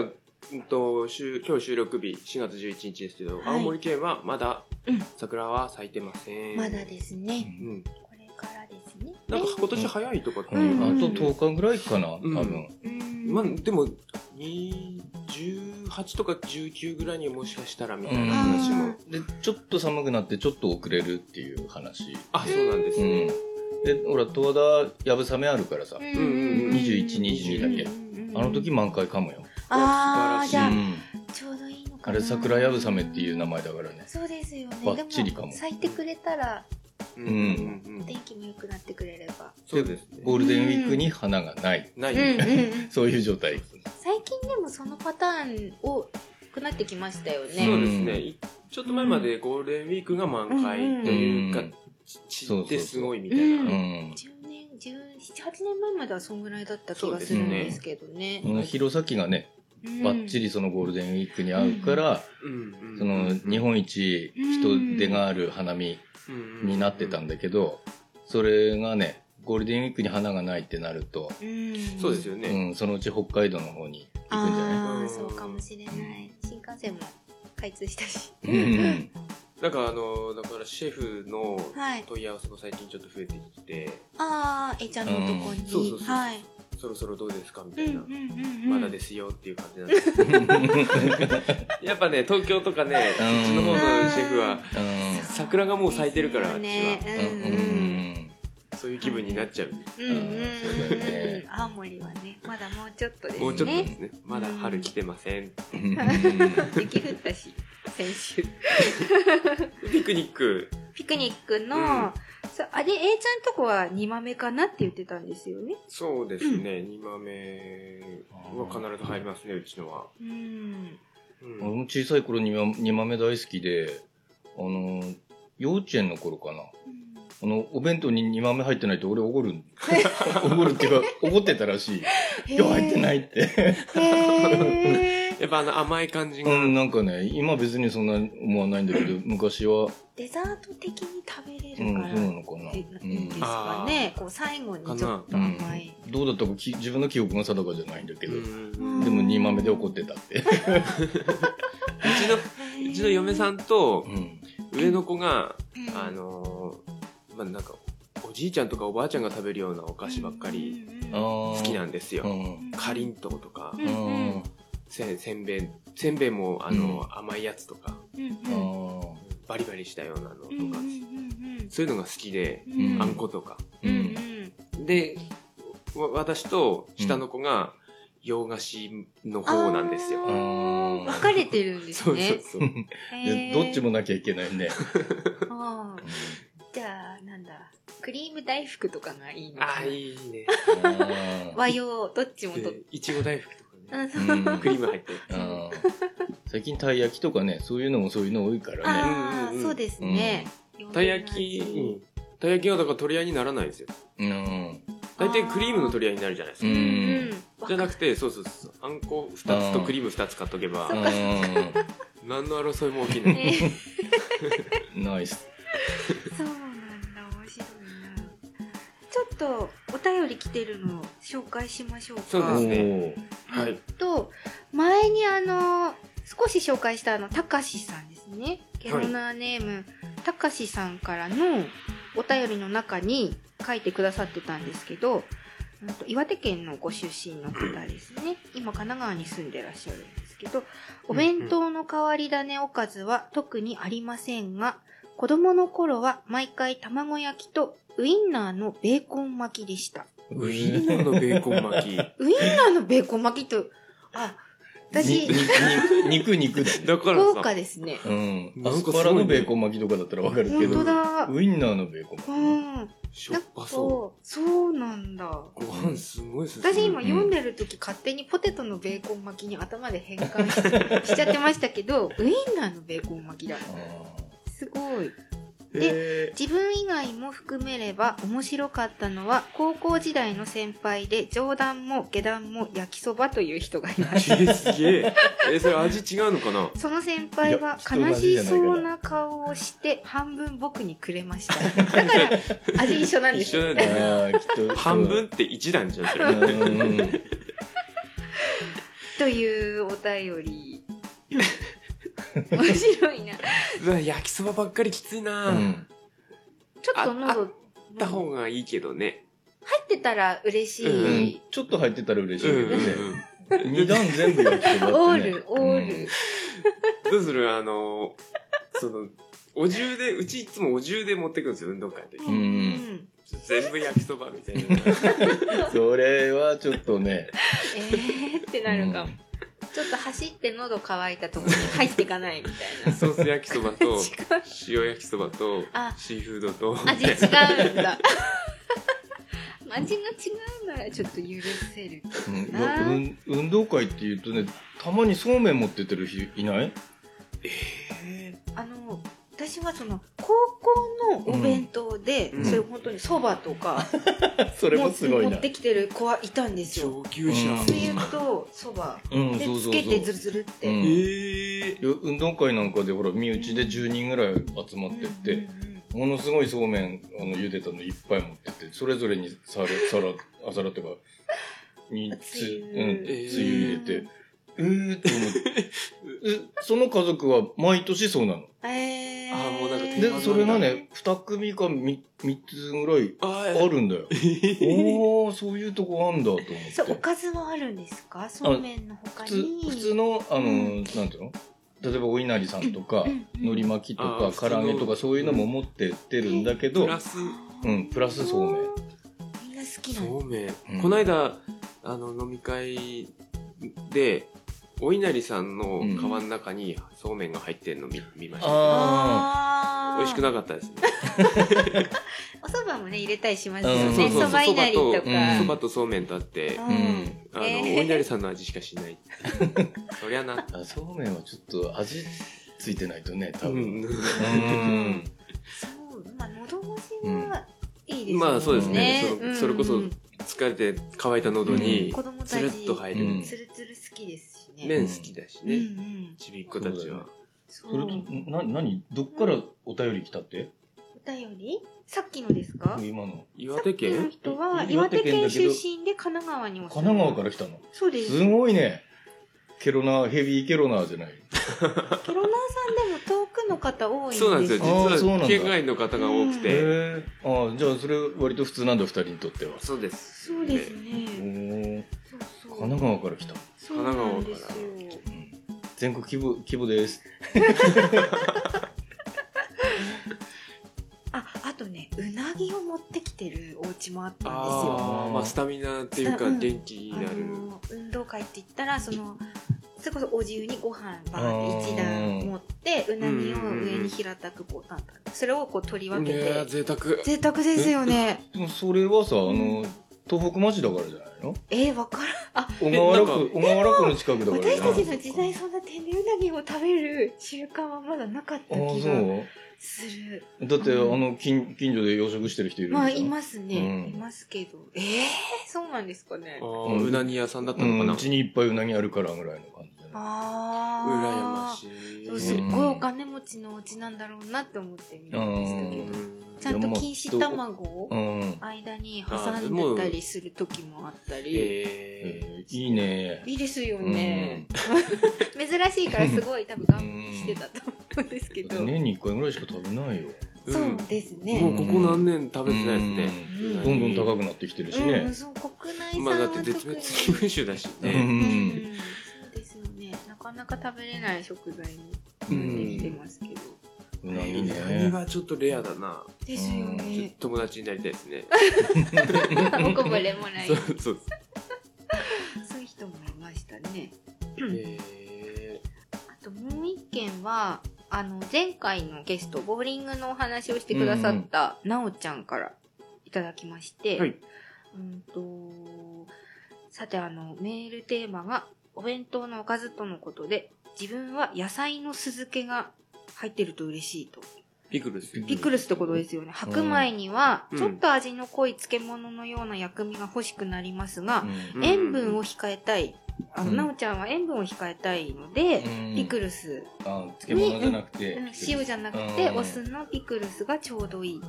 Speaker 2: うんと、収今日収録日4月11日ですけど、
Speaker 3: はい
Speaker 2: 青森県はまだ
Speaker 3: うん
Speaker 2: 桜は咲いてません。
Speaker 3: まだですね。
Speaker 2: うん。
Speaker 3: これからですね。
Speaker 2: なんか今年早いとかって
Speaker 4: う、
Speaker 2: いうん感
Speaker 4: あ
Speaker 2: じで
Speaker 4: と10日ぐらいかな、多
Speaker 2: うん
Speaker 4: 分。
Speaker 3: うん
Speaker 2: まあでもに18とか19ぐらいにはもしかしたらみたいな話も、
Speaker 3: あ
Speaker 4: で、ちょっと寒くなってちょっと遅れるっていう話。
Speaker 2: あそうなんです
Speaker 4: うん
Speaker 2: ね、。
Speaker 4: で、ほら、十和田、やぶさめあるからさ、
Speaker 3: ー
Speaker 2: うん
Speaker 4: 21、22だっけ。あの時、満開かもよ。
Speaker 3: ああ、
Speaker 2: 素晴ら
Speaker 3: じゃ
Speaker 4: う
Speaker 2: しい
Speaker 3: あ、
Speaker 4: ん。
Speaker 3: ちょうどいいのかな。
Speaker 4: あれ、桜やぶさめっていう名前だからね。
Speaker 3: そうですよね。
Speaker 4: ばっちりかも
Speaker 3: で咲いてくれたら、
Speaker 2: うんんうんうん
Speaker 3: 天気も良くなってくれれば。
Speaker 2: そうですね
Speaker 4: ゴールデンウィークに花がない。
Speaker 2: な
Speaker 3: う
Speaker 2: い、
Speaker 3: んうんうん。
Speaker 4: そういう状態。
Speaker 3: 最近でもそのパターン多くなってきましたよ
Speaker 2: そ
Speaker 3: ね。
Speaker 2: うですねいちょっと前までゴールデンウィークが満開というか、
Speaker 4: うん
Speaker 2: ち
Speaker 4: そう
Speaker 2: 散
Speaker 4: そう
Speaker 2: っ
Speaker 4: そう
Speaker 2: てすごいみたいな、
Speaker 3: うん
Speaker 4: うん。
Speaker 3: 10年178年前まではそんぐらいだった気がするんですけどね
Speaker 4: この弘前がね、
Speaker 3: うん
Speaker 4: ばっちりそのゴールデンウィークに合うから、
Speaker 2: うんうん
Speaker 4: その日本一人出がある花見になってたんだけど、それがね、ゴールデンウィークに花がないってなると、
Speaker 3: うん
Speaker 2: そうですよ
Speaker 4: う
Speaker 2: ね、
Speaker 4: ん、そのうち北海道の方に行くんじゃ
Speaker 3: あ
Speaker 2: う
Speaker 3: あ
Speaker 2: ん
Speaker 3: そうかもしれない新幹線も開通したし
Speaker 4: ないうん
Speaker 2: なんかあのだからシェフの
Speaker 3: はい
Speaker 2: 問い合わせも最近ちょっと増えてきて
Speaker 3: ああえちゃんのとこ
Speaker 2: うんそうそ
Speaker 3: に
Speaker 2: うそう
Speaker 3: はい
Speaker 2: そそろそろどうですかみた
Speaker 3: うんう
Speaker 2: い
Speaker 3: ん
Speaker 2: な、
Speaker 3: うんうん
Speaker 2: まだですよっていう感じなんですやっぱね東京とかね
Speaker 4: う
Speaker 2: うんちの方のシェフは
Speaker 4: う
Speaker 2: 桜がもう咲いてるからあっち
Speaker 3: ね
Speaker 2: は
Speaker 4: んうんうん
Speaker 2: そういう気分になっちゃう、
Speaker 3: うんうんうん
Speaker 4: うんそうだよね
Speaker 3: 青森はねまだもうちょっとですね
Speaker 2: もうちょっとですねまだ春来てません
Speaker 4: うん
Speaker 3: 雪降ったし先週
Speaker 2: ピクニック
Speaker 3: ピクニックの、
Speaker 2: うん
Speaker 3: そうあれ A ちゃんとこは煮豆かなって言ってたんですよね
Speaker 2: そうですね、煮豆は必ず入りますねうちのは、
Speaker 3: うん
Speaker 2: う
Speaker 4: 俺
Speaker 2: ん、
Speaker 4: も小さい頃にま煮豆大好きで、あの、幼稚園の頃かな。あの、お弁当に煮豆入ってないと俺怒るん。怒るっていうか、怒ってたらしい。今日入ってないって。
Speaker 3: へー
Speaker 2: やっぱあの甘い感じが、
Speaker 4: うん、なんかね、今別にそんな思わないんだけど、昔は、
Speaker 3: デザート的に食べれ
Speaker 4: う
Speaker 3: る
Speaker 4: ん、
Speaker 3: か
Speaker 4: そ
Speaker 3: ら、
Speaker 4: うなのかな。
Speaker 3: いいんです
Speaker 4: う
Speaker 3: かね、こう最後にちょっと
Speaker 4: ん
Speaker 3: 甘い、
Speaker 4: うんどうだったかき自分の記憶が定かじゃないんだけ
Speaker 2: う
Speaker 4: ど、
Speaker 2: ん
Speaker 4: でも煮豆で怒ってたって。
Speaker 2: うちのうちの嫁さんと
Speaker 4: うん。
Speaker 2: 上の子が、
Speaker 3: うん
Speaker 2: あのーまあなんかおじいちゃんとかおばあちゃんが食べるようなお菓子ばっかり好
Speaker 4: 好
Speaker 2: きなんですよ、
Speaker 4: うん。
Speaker 2: かりんとうとか、
Speaker 3: うんうん
Speaker 2: せせんべいせんべいもあの、
Speaker 4: うん
Speaker 2: 甘いやつとか
Speaker 3: うんうん
Speaker 4: あー
Speaker 2: バリバリしたようなのとか、
Speaker 3: うんうん
Speaker 2: そういうのが好きで、
Speaker 3: うんうん
Speaker 2: あんことか
Speaker 4: う
Speaker 3: うんん
Speaker 2: でわ私と下の子が洋菓子の方なんですよ、
Speaker 3: あー分かれてるんです
Speaker 2: そうそう
Speaker 3: ね
Speaker 2: そう
Speaker 4: で
Speaker 3: へー
Speaker 4: どっちもなきゃいけない ね。
Speaker 3: あーじゃあなんだクリーム大福とかがいいのかな
Speaker 2: ああいい ね
Speaker 4: うん
Speaker 3: 和洋どっちもとっ
Speaker 2: でいちご大福とかね
Speaker 3: うんそう
Speaker 4: うん
Speaker 2: クリーム入ってる
Speaker 4: うん最近たい焼きとかねそういうのもそういうの多いからね
Speaker 3: あ
Speaker 2: うんうんう
Speaker 3: ー
Speaker 2: ん
Speaker 3: そうですね
Speaker 2: たい焼き、うんたい焼きはだから取り合いにならないんですよ
Speaker 4: うん
Speaker 2: 大体クリームの取り合いになるじゃないです
Speaker 3: う
Speaker 2: か
Speaker 3: ん
Speaker 4: うん
Speaker 2: じゃなくてそうそうそうあんこ2つとクリーム2つ買っとけば何の争いも起きない
Speaker 3: え
Speaker 4: うんナイス
Speaker 3: そうなんだ面白いなちょっとお便り来てるのを紹介しましょうか
Speaker 2: そうですね
Speaker 3: うん
Speaker 2: はい
Speaker 3: と前にあの少し紹介したあのたかしさんですねゲロナーネーム、たかしさんからのお便りの中に書いてくださってたんですけどうんと岩手県のご出身の方ですね今神奈川に住んでらっしゃるんですけどお弁当の代わり種おかずは特にありませんが子供の頃は毎回卵焼きとウインナーのベーコン巻きでした
Speaker 2: ウインナーのベーコン巻き
Speaker 3: ウインナーのベーコン巻きとあ私
Speaker 4: にに肉肉だね
Speaker 2: だから
Speaker 3: 豪
Speaker 2: さ
Speaker 3: 華ですね。
Speaker 4: うん
Speaker 2: なんか
Speaker 4: ア
Speaker 2: す
Speaker 4: ス
Speaker 2: ごいね
Speaker 4: パラのベーコン巻きとかだったらわかるけ
Speaker 3: 本当
Speaker 4: ど
Speaker 3: だ。
Speaker 4: ウインナーのベーコン巻き
Speaker 3: う
Speaker 4: ね
Speaker 3: ん。なんか
Speaker 2: しょっぱそう
Speaker 3: そう、そうなんだ。
Speaker 2: ご飯すごい進む
Speaker 3: 私今
Speaker 4: うん
Speaker 3: 読んでる時、勝手にポテトのベーコン巻きに頭で変換ししちゃってましたけ ど、ウインナーのベーコン巻きだ。すごい。
Speaker 2: へ
Speaker 3: 自分以外も含めれば面白かったのは、高校時代の先輩で、上段も下段も焼きそばという人がいま
Speaker 2: え
Speaker 3: す。
Speaker 2: すげええそれ味違うのかな
Speaker 3: その先輩はい
Speaker 4: や
Speaker 3: 悲しそうな顔をして半分僕にくれました。だ から味一緒なんで
Speaker 2: 一
Speaker 3: す
Speaker 2: 緒
Speaker 3: よ。
Speaker 2: なん
Speaker 4: あ
Speaker 2: だよね
Speaker 4: ーきっと
Speaker 2: 半分って一段じゃんそれ
Speaker 4: うん
Speaker 3: というお便 り面白いなち
Speaker 2: うわ焼きそばばっかりきついな、
Speaker 4: う
Speaker 2: あっ
Speaker 4: ん
Speaker 3: ょっと喉
Speaker 2: ああ
Speaker 3: 入
Speaker 2: た方がいいけどね
Speaker 3: ってたら嬉し
Speaker 4: う
Speaker 3: い、
Speaker 4: んちょっと入ってたら嬉しいけどね
Speaker 2: ん
Speaker 4: 二段全部焼きそば
Speaker 3: オ
Speaker 4: って
Speaker 3: ー
Speaker 4: ね
Speaker 3: ルオール、
Speaker 4: うん
Speaker 2: どうするあのそのお重でうちいつもお重で持ってくんですよ運動会で
Speaker 4: ん
Speaker 2: 全部焼きそばみたいな
Speaker 4: それはちょっ とね
Speaker 3: えーってなるかも、ちょっと走って喉乾いたところに入っていかないみたいな
Speaker 2: ソース焼きそば と
Speaker 3: 違う
Speaker 2: 塩焼きそばと
Speaker 3: あ
Speaker 2: シーフードと
Speaker 3: 味違うんだ 味が違うならちょっと許せる
Speaker 4: うんい
Speaker 3: な
Speaker 4: やうん運動会っていうとねたまにそうめん持ってってる人 いない
Speaker 3: あの私はその高校のお弁当で、
Speaker 2: うん
Speaker 3: それ本当にそばとか、
Speaker 4: それもすごい
Speaker 3: 持
Speaker 4: な
Speaker 3: ってきてる子はいたんです
Speaker 2: 上
Speaker 3: よ
Speaker 2: 級者、
Speaker 4: うん
Speaker 3: つゆとそば
Speaker 4: うん
Speaker 3: で
Speaker 4: そう
Speaker 3: つ
Speaker 4: そうそう
Speaker 3: けてズルズルって、
Speaker 4: うん
Speaker 2: えー
Speaker 4: いや運動会なんかでほら身内で10人ぐらい集まってって、ものすごいそうめんあの茹でたのいっぱい持ってってそれぞれに皿皿あ皿とかにつ
Speaker 3: つゆ
Speaker 4: うん
Speaker 2: えー
Speaker 4: つゆ入れてえーって思ってえその家族は毎年そうなの
Speaker 3: えー、
Speaker 2: ああもうなんか定
Speaker 4: で
Speaker 2: 番なんだ
Speaker 4: それがね2組か 3, 三つぐらい
Speaker 2: あ
Speaker 4: あ
Speaker 2: あ
Speaker 4: るん だよおおそういうとこあんだと思って
Speaker 3: そうおかずはあるんですかそうめんの他
Speaker 4: 普
Speaker 3: に
Speaker 4: 通普通のあの、
Speaker 3: うん
Speaker 4: なんていうの例えばお稲荷さんとか、
Speaker 3: うんうん
Speaker 4: 海苔巻きと
Speaker 2: あ
Speaker 4: か
Speaker 2: ー
Speaker 4: 唐揚げとかそういうのも持ってってるんだけど
Speaker 2: プラス
Speaker 4: うんプラスそうめん
Speaker 3: みんな好きな
Speaker 2: そうめん、
Speaker 4: うん
Speaker 2: この間あの飲み会でお稲荷さんの皮の中にそうめんが入ってるの見見ましたけど、
Speaker 4: あ
Speaker 3: あ
Speaker 2: 美味しくな
Speaker 3: っ
Speaker 2: かったですね
Speaker 3: お蕎麦もね入れたりしますよね、
Speaker 4: うん
Speaker 3: そ
Speaker 4: そうそうそう
Speaker 3: ばいなりと
Speaker 2: そば
Speaker 3: か、
Speaker 2: と
Speaker 4: うん
Speaker 2: そばとそうめんとあって、
Speaker 3: う
Speaker 4: うんん
Speaker 2: あの、
Speaker 3: えー
Speaker 2: お稲荷さんの味しかしない っていうそりゃな
Speaker 4: あそうめんはちょっと味ついてないとね多
Speaker 2: 多
Speaker 4: 分
Speaker 2: 分、
Speaker 4: うん
Speaker 3: そうまあ喉越しはいいですよね、
Speaker 2: まあそうですねそ
Speaker 3: うん
Speaker 2: それこそ
Speaker 3: うん
Speaker 2: 疲れて乾いた喉
Speaker 4: うん
Speaker 2: に
Speaker 3: 子供たち
Speaker 2: つるっと入る、
Speaker 4: うん
Speaker 3: つるつる好きですしね
Speaker 2: 麺好きだし
Speaker 3: うんう
Speaker 2: ね、
Speaker 3: ん
Speaker 2: ちびっ子たちは
Speaker 3: そ
Speaker 4: それ
Speaker 3: う
Speaker 4: とな何どっからお便り来たって、
Speaker 3: お便りさっきのですか
Speaker 4: 今の
Speaker 2: 岩手
Speaker 3: さっきの
Speaker 2: 県
Speaker 3: 人は
Speaker 4: え
Speaker 3: 岩手県
Speaker 4: 岩手県だけ
Speaker 3: 出
Speaker 4: ど
Speaker 3: 身で神奈川にお
Speaker 4: 神奈川からら来たの
Speaker 3: そうです
Speaker 4: すごいねケロナーヘビーケロナーじゃない
Speaker 3: ケロナーさんでも遠くの方多いんです
Speaker 2: そうなんですよ
Speaker 4: あー
Speaker 2: 実
Speaker 4: そうなん
Speaker 2: は
Speaker 4: だ
Speaker 2: 県外の方が多くて、
Speaker 4: へえああじゃあそれ割と普通なんだ二人にとっては
Speaker 2: そうです
Speaker 3: そうです
Speaker 4: お
Speaker 3: ね
Speaker 4: ー
Speaker 3: そうそう
Speaker 4: 神奈川から来た、
Speaker 3: そうなんですよ
Speaker 2: 神
Speaker 4: うん全国規模規模です
Speaker 3: ああとねうなぎを持ってきてるお家もあったんですよ
Speaker 2: ああまあスタミナっていう
Speaker 3: う
Speaker 2: か
Speaker 3: ん
Speaker 2: 元気になる、
Speaker 3: あの運動会って言ったらそのそれこそおじゆにご飯バーって一段持ってうなぎを上に平たくボタンタンそれをこう取り分け
Speaker 2: ねえ贅
Speaker 3: て
Speaker 2: 沢
Speaker 3: 贅沢ですよね
Speaker 4: でもそれはさあ
Speaker 3: う
Speaker 4: の
Speaker 3: ん
Speaker 4: 東北町だからじゃないの
Speaker 3: えー、わからんあ
Speaker 4: 小川原
Speaker 2: なん
Speaker 4: 区小川原区の近くだからじ
Speaker 3: 私
Speaker 4: ゃな
Speaker 3: た
Speaker 4: い
Speaker 3: ちの時代そんな天然うなぎを食べる習慣はまだなかった
Speaker 4: ああ
Speaker 3: 気
Speaker 4: そ
Speaker 3: が
Speaker 4: う
Speaker 3: する
Speaker 4: だって、
Speaker 3: うん
Speaker 4: あの近近所で養殖してる人いるんでしょ
Speaker 3: まあいますね、
Speaker 4: うん
Speaker 3: いますけどえー、そうなんですかね
Speaker 2: あ
Speaker 3: あ
Speaker 2: ーうなぎ屋さんだったのか
Speaker 4: うん
Speaker 2: な、
Speaker 4: うちにいっぱいうなぎあるからぐらいの感じだね
Speaker 3: あー
Speaker 2: 羨ましい
Speaker 3: そうすっごいお金持ちのお家なんだろうなって思って見ましたけ
Speaker 2: う
Speaker 3: ど
Speaker 2: ん
Speaker 3: ちゃんと錦糸卵を
Speaker 4: うん、
Speaker 3: 間に挟んでたりする時もあったり。
Speaker 2: えー
Speaker 4: えーいいね
Speaker 3: いいですよね。珍しいからすごい多分頑張してたと思うんですけど。
Speaker 4: 年に1回ぐらいしか食べないよ、
Speaker 3: そうです
Speaker 2: も
Speaker 3: ね。
Speaker 2: うここ何年食べてないですね、
Speaker 3: うん
Speaker 4: どんどん高くなってきてるし
Speaker 3: う
Speaker 4: ね
Speaker 3: ん、そう国内産
Speaker 2: まあだ
Speaker 3: は
Speaker 2: って
Speaker 3: 特
Speaker 2: 絶
Speaker 3: に
Speaker 2: 滅。危惧種だし
Speaker 4: うん、
Speaker 2: ね、
Speaker 3: うんそうですよね。なかなか食べれない食材になってきてますけど。
Speaker 4: うなぎ
Speaker 2: うなぎ
Speaker 4: ね
Speaker 2: はちょっとレアだな、
Speaker 3: ですよ
Speaker 2: ちょっ
Speaker 3: ね。
Speaker 2: と友達になりたいですね
Speaker 3: おこぼれもない。
Speaker 2: そ
Speaker 3: そう
Speaker 2: うそうです
Speaker 3: いう人もいましたね。
Speaker 2: え
Speaker 3: あともう一件は、あの、前回のゲスト、ボーリングのお話をしてくださった、なおちゃんからいただきまして、
Speaker 2: はい
Speaker 3: うんと、さてあの、メールテーマが、お弁当のおかずとのことで、自分は野菜の酢漬けが入ってると嬉しいと。
Speaker 2: ーピクルス
Speaker 3: ピクルスってことですよね。白米には
Speaker 2: う、ん
Speaker 3: ちょっと味の濃い漬物のような薬味が欲しくなりますが、
Speaker 2: うん
Speaker 3: 塩分を控えたい。あの、
Speaker 4: うん
Speaker 3: なおちゃんは塩分を控えたいので、
Speaker 4: うん
Speaker 3: ピクルス
Speaker 4: あ漬物じゃなくて、
Speaker 3: うん塩じゃなくて
Speaker 4: うん
Speaker 3: お酢のピクルスがちょうどいい、ね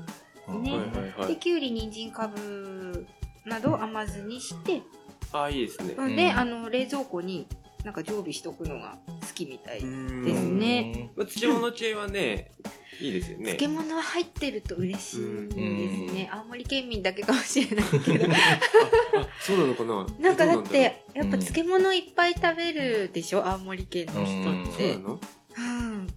Speaker 2: はいはいは
Speaker 3: で
Speaker 2: い
Speaker 3: きゅうり人参かぶなどを甘酢にして、
Speaker 2: ああいいですね
Speaker 4: ん
Speaker 3: であの冷蔵庫になんか常備しとくのが好きみたい、ですね
Speaker 2: まあ、土物の知恵はねいいですよね
Speaker 3: 漬物は入ってると嬉しいですね、
Speaker 4: う
Speaker 3: 青森県民だけかもしれないけど
Speaker 2: ああそうなのかな
Speaker 3: なんかだ
Speaker 2: ど
Speaker 3: っ
Speaker 2: う
Speaker 3: てやっぱ漬物いっぱい食べるでしょ青森県の人
Speaker 4: うん
Speaker 3: っ
Speaker 2: そう
Speaker 3: て
Speaker 2: な、の
Speaker 3: うん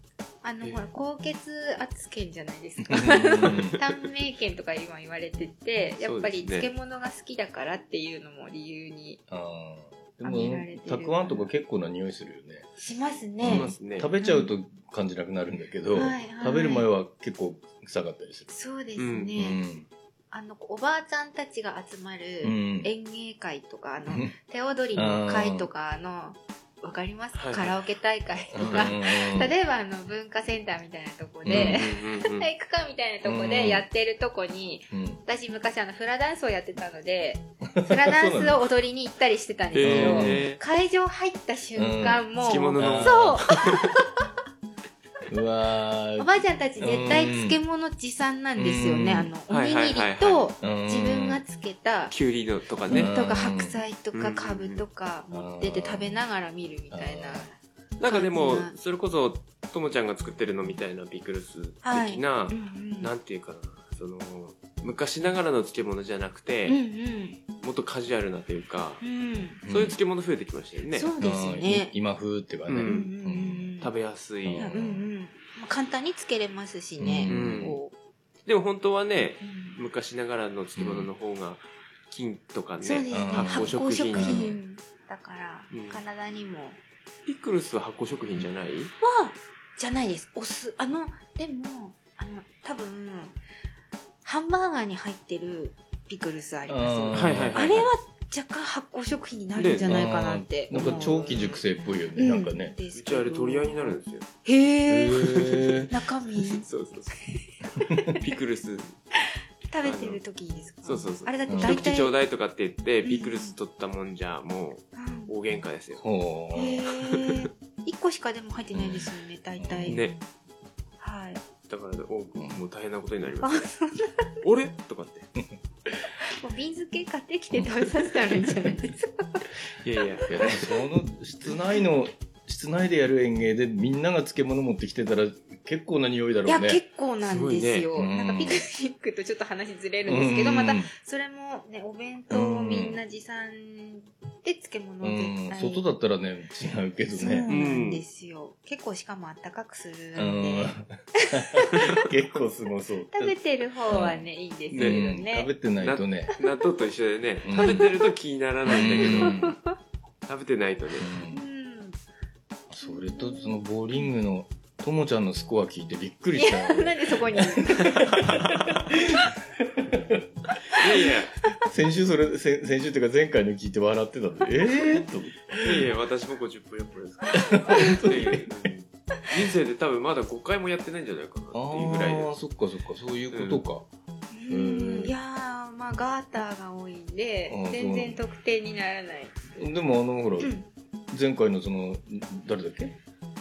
Speaker 3: あのほら高血圧県じゃないですか
Speaker 4: うん
Speaker 3: 短命県とか今言われててやっぱり
Speaker 2: そうですね
Speaker 3: 漬物が好きだからっていうのも理由に
Speaker 4: あー
Speaker 3: あげられ
Speaker 4: で
Speaker 3: て
Speaker 4: も
Speaker 3: る
Speaker 4: たくあんとか結構な匂いするよね
Speaker 3: します
Speaker 2: し
Speaker 3: ね
Speaker 2: ま。すね
Speaker 4: 食べちゃうと感じなくなるんだけど、
Speaker 3: はいはい
Speaker 4: 食べる前は結構臭かったりする、
Speaker 3: そうですね、
Speaker 2: うん
Speaker 3: あのおばあちゃんたちが集ま
Speaker 4: う
Speaker 3: る
Speaker 4: ん
Speaker 3: 演芸会とか、あ
Speaker 4: う
Speaker 3: の
Speaker 4: ん
Speaker 3: 手踊りの会とかあのわかりますか、
Speaker 2: はい
Speaker 3: カラオケ大会とか、例えばあの文化センターみたいなとこで、
Speaker 2: うんうん うん
Speaker 3: 体育館みたいなとこでやってるとこに、
Speaker 4: うん
Speaker 3: 私昔あのフラダンスをやってた のでフラダンスを踊りに行ったりしてたんですけど、
Speaker 2: へ
Speaker 3: 会場入った瞬間もう、
Speaker 2: 漬物の
Speaker 3: そう
Speaker 4: うわー
Speaker 3: おばあちゃんたち絶対漬物持参なんですよね。
Speaker 4: うん
Speaker 3: あの、
Speaker 2: うん
Speaker 3: おにぎり
Speaker 2: はいはい
Speaker 3: と
Speaker 4: うん
Speaker 3: 自分がつけた、
Speaker 2: きゅうりのとか
Speaker 3: ね
Speaker 2: ね
Speaker 4: うん
Speaker 3: とか白菜と
Speaker 2: う
Speaker 3: か
Speaker 2: ん
Speaker 3: かぶとか持ってて
Speaker 4: うん
Speaker 3: 食べながら見るみたいな。
Speaker 2: なんかでも
Speaker 3: 感、
Speaker 2: それこそ、ともちゃんが作ってるのみたいなピクルス的な、
Speaker 3: じなうんうん
Speaker 2: なんていうかな、その、昔ながらの漬物じゃなくて、
Speaker 3: うん
Speaker 2: もっとカジュアルなというか、
Speaker 3: う
Speaker 2: そ
Speaker 3: んうん
Speaker 2: ういう漬物増えてきましたよね。
Speaker 3: そうですよ
Speaker 4: あーい
Speaker 3: ね
Speaker 4: 今風っていうかね。
Speaker 2: う
Speaker 3: うんうんん
Speaker 2: 食べやすい。
Speaker 3: うん
Speaker 4: う
Speaker 3: う
Speaker 4: ん
Speaker 3: んうん簡単につけれますしね、
Speaker 2: うん
Speaker 3: こ
Speaker 2: でも本当はね、
Speaker 3: ううん
Speaker 2: 昔ながらの漬物の方が、金とか
Speaker 3: そうです
Speaker 2: ね、
Speaker 3: ね
Speaker 4: うん
Speaker 3: 発酵食
Speaker 2: 発酵食
Speaker 3: 品
Speaker 2: 品
Speaker 3: だから、
Speaker 2: うん
Speaker 3: 体にも
Speaker 2: ピクルスは発酵食品じゃない
Speaker 3: はじゃないですお酢あのでもあの多分ハンバーガーに入ってるピクルスありますよね
Speaker 2: はいはい
Speaker 3: あれは若干発酵食品になるんじゃないかなって
Speaker 4: なんか長期熟成っぽいよね、
Speaker 3: うん
Speaker 4: なんかね。
Speaker 3: です
Speaker 2: う
Speaker 3: け
Speaker 2: ち
Speaker 3: ど
Speaker 2: あれ取り合いになるんですよ。
Speaker 3: へえ
Speaker 4: へー
Speaker 3: 中身 食
Speaker 2: そうそう そう。ピクルス、
Speaker 3: べてる時にですか
Speaker 2: そうそうそう
Speaker 3: あれだって
Speaker 4: うん
Speaker 2: 一
Speaker 3: 大
Speaker 2: 口
Speaker 3: 体
Speaker 2: ちょうだいとかって言って、ピクルス取ったもんじゃ、もう大喧嘩ですよ。
Speaker 4: ほ
Speaker 3: うんへえ1個しかでも入ってないですよね大体
Speaker 2: ね。
Speaker 3: はい
Speaker 2: だから、おもう大変なことになり
Speaker 3: あ
Speaker 2: ます。 あれとかって。
Speaker 3: もう瓶漬け買ってきて食べさせたらいいんじゃないですか
Speaker 2: いやいや。
Speaker 4: う。いや、でもその室内の、室内でやる園芸でみんなが漬物持ってきてたら結構な匂いだ
Speaker 3: い
Speaker 4: ろ
Speaker 3: や
Speaker 4: うね。
Speaker 3: 結構なんですよ
Speaker 4: すごいねうん
Speaker 3: なんかピクニックとちょっと話ずれるんですけど
Speaker 4: うん
Speaker 3: またそれもねお弁当をみんな持参で漬物
Speaker 4: う
Speaker 3: を絶
Speaker 4: ん、
Speaker 3: 対
Speaker 4: 外だったらね、違うけど
Speaker 3: そう
Speaker 4: ね。
Speaker 3: なんですよ結構しかもあったかくするん
Speaker 4: う
Speaker 3: で
Speaker 4: ん。結構すごそう。
Speaker 3: 食べてる方はねいいんですけど
Speaker 4: うん
Speaker 3: ね
Speaker 4: 食べてないとね。
Speaker 2: 納豆と一緒でね
Speaker 4: うん、
Speaker 2: 食べてると気にならないんだけど、
Speaker 4: うん
Speaker 2: 食べてないとね。
Speaker 3: うん
Speaker 4: それとそのボーリングのともちゃんのスコア聞いてびっく りしたよ
Speaker 3: なんでそこに はい
Speaker 2: やいや、
Speaker 4: 先週それ先先週っていうか前回の聞いて笑ってたんでええと思って
Speaker 2: いやいや、私も50分4分ですから。うん人生で多分まだ5回もやってないんじゃないかなっていうぐらい
Speaker 4: あーそっかそっかそういうことか、
Speaker 3: いうんいやーまあガーターが多いんで
Speaker 4: あー
Speaker 3: 全然得点にならない
Speaker 4: でもあのほら、
Speaker 3: うん
Speaker 4: 前回のその誰だっけ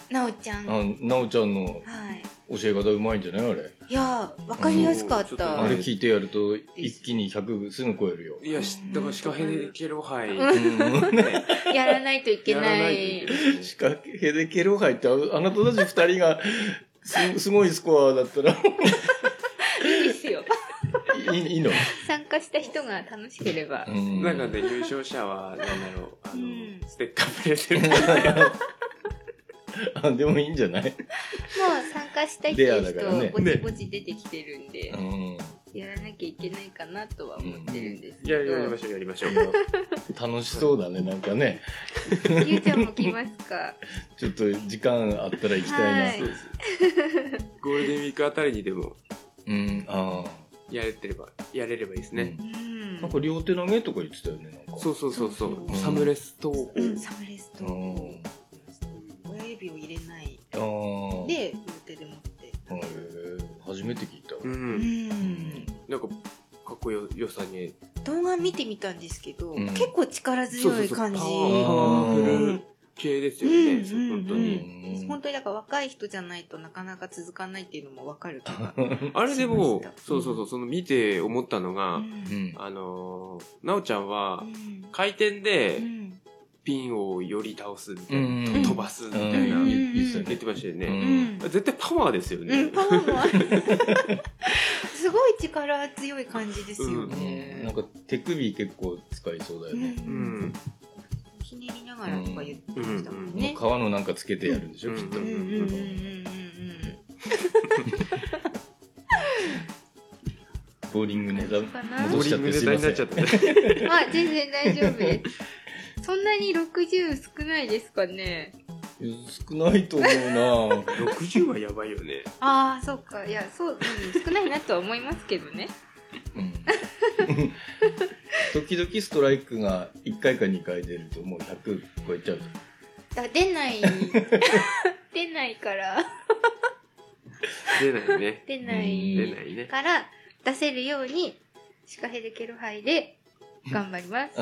Speaker 3: なおちゃん
Speaker 4: あなおちゃんの
Speaker 3: はい
Speaker 4: 教え方うまいんじゃないあれ、
Speaker 3: いやーわかりやすかっ
Speaker 2: うん
Speaker 4: あ
Speaker 3: た
Speaker 4: れ聞いてやると一気に100すぐ超えるよ
Speaker 2: で。いや、しだから、シカヘケロハイ。
Speaker 4: う
Speaker 2: ね
Speaker 4: ん
Speaker 3: やらないといけ
Speaker 2: やら
Speaker 3: な
Speaker 2: ないいといけない
Speaker 4: 仕掛けでケロハイってああなたたち二人がすすごいスコアだったら
Speaker 3: いいですよ
Speaker 4: いいいいの、
Speaker 3: 参加した人が楽しければ
Speaker 4: うん
Speaker 2: なんかね、優勝者は、なんだろう、あ
Speaker 3: うん
Speaker 2: の、ステッカープレゼント。
Speaker 4: あでもいいんじゃない、
Speaker 3: もう参加したいって
Speaker 4: レア
Speaker 3: いう
Speaker 4: だか
Speaker 3: 人
Speaker 4: らね
Speaker 3: ぼちぼち出てきてるんで、
Speaker 4: うん、
Speaker 3: やらなきゃいけないかなとは思ってるんです
Speaker 2: い
Speaker 3: け
Speaker 2: や、
Speaker 3: ど、
Speaker 2: やりましょう、やりましょう。
Speaker 4: 楽しそうだねなんかね
Speaker 3: ゆうちゃんも来ますか
Speaker 4: ちょっと時間あったら行きたいな、
Speaker 3: はい
Speaker 2: そうです。ゴールデンウィークあたりにでも、
Speaker 4: うんああ
Speaker 2: やれてれば、やれればいいですね。
Speaker 3: うん
Speaker 4: なんか両手投げとか言ってたよねなんか
Speaker 2: そうそうそうそ
Speaker 3: そう
Speaker 2: う
Speaker 3: そう。
Speaker 2: サムレス投稿。
Speaker 3: うんサムレス
Speaker 4: う
Speaker 3: ト
Speaker 4: ん
Speaker 3: 親指を入れない
Speaker 4: あー
Speaker 3: で両手で持って
Speaker 4: へー初めて聞いた、
Speaker 2: う。
Speaker 3: うんん
Speaker 2: なんか、かっこよ、よさに。
Speaker 3: 動画見てみたんですけど、
Speaker 4: うん
Speaker 3: 結構力強い感じ
Speaker 2: そうそうそうパワ
Speaker 4: う
Speaker 2: フ
Speaker 4: ん
Speaker 2: ル系ですよね。
Speaker 3: うんう
Speaker 2: 本
Speaker 3: ん
Speaker 2: 当
Speaker 4: う
Speaker 2: に。
Speaker 4: ん
Speaker 3: 本当にだから若い人じゃないとなかなか続かないっていうのもわかるから、
Speaker 2: あれでも
Speaker 3: しました、
Speaker 2: そうそうそう、その見て思ったの
Speaker 3: う
Speaker 2: が、
Speaker 3: ん
Speaker 4: うん
Speaker 2: あのー、なおちゃん
Speaker 3: う
Speaker 2: は、
Speaker 3: ん
Speaker 2: 回転
Speaker 3: う
Speaker 2: で
Speaker 3: ん
Speaker 2: ピンをより倒すみたい
Speaker 4: うん
Speaker 2: な、と飛ばすみたいな、
Speaker 4: うん
Speaker 2: 言
Speaker 4: いいっすよね
Speaker 2: ってましたよ
Speaker 4: う
Speaker 2: ね。
Speaker 3: うん
Speaker 4: ん
Speaker 2: 絶対パワーですよ
Speaker 3: う
Speaker 2: ね
Speaker 3: ん、。パワーもあるすごい力強い感じですよ
Speaker 4: うんな
Speaker 3: ね
Speaker 4: ん。か手首結構使いそうだよね、
Speaker 2: う
Speaker 3: うん
Speaker 2: ん。
Speaker 3: ひねりながらとか言ってましたもん
Speaker 4: もう
Speaker 3: ね
Speaker 4: 皮。のなんかつけてやるんでしょ、
Speaker 2: うん
Speaker 4: きっと
Speaker 3: うんうんうんうんうんうん。
Speaker 4: ボーリングネタ
Speaker 3: かな
Speaker 4: 戻しちゃってすいません
Speaker 2: た。
Speaker 3: まあ全然大丈夫です。そんなに60少ないですかね。
Speaker 4: 少ないと思うな
Speaker 2: 60はやばいよね。
Speaker 3: ああ、そうか。いや、そう、うん、少ないなとは思いますけどね。
Speaker 4: うん時々ストライクが1回か2回出るともう100超えちゃう
Speaker 3: だから出 ない、出ないから、
Speaker 2: 出ないね。
Speaker 3: 出な
Speaker 2: 出
Speaker 3: い
Speaker 2: ないね。
Speaker 3: から出せるように、シカヘルケルハイで頑張り ます。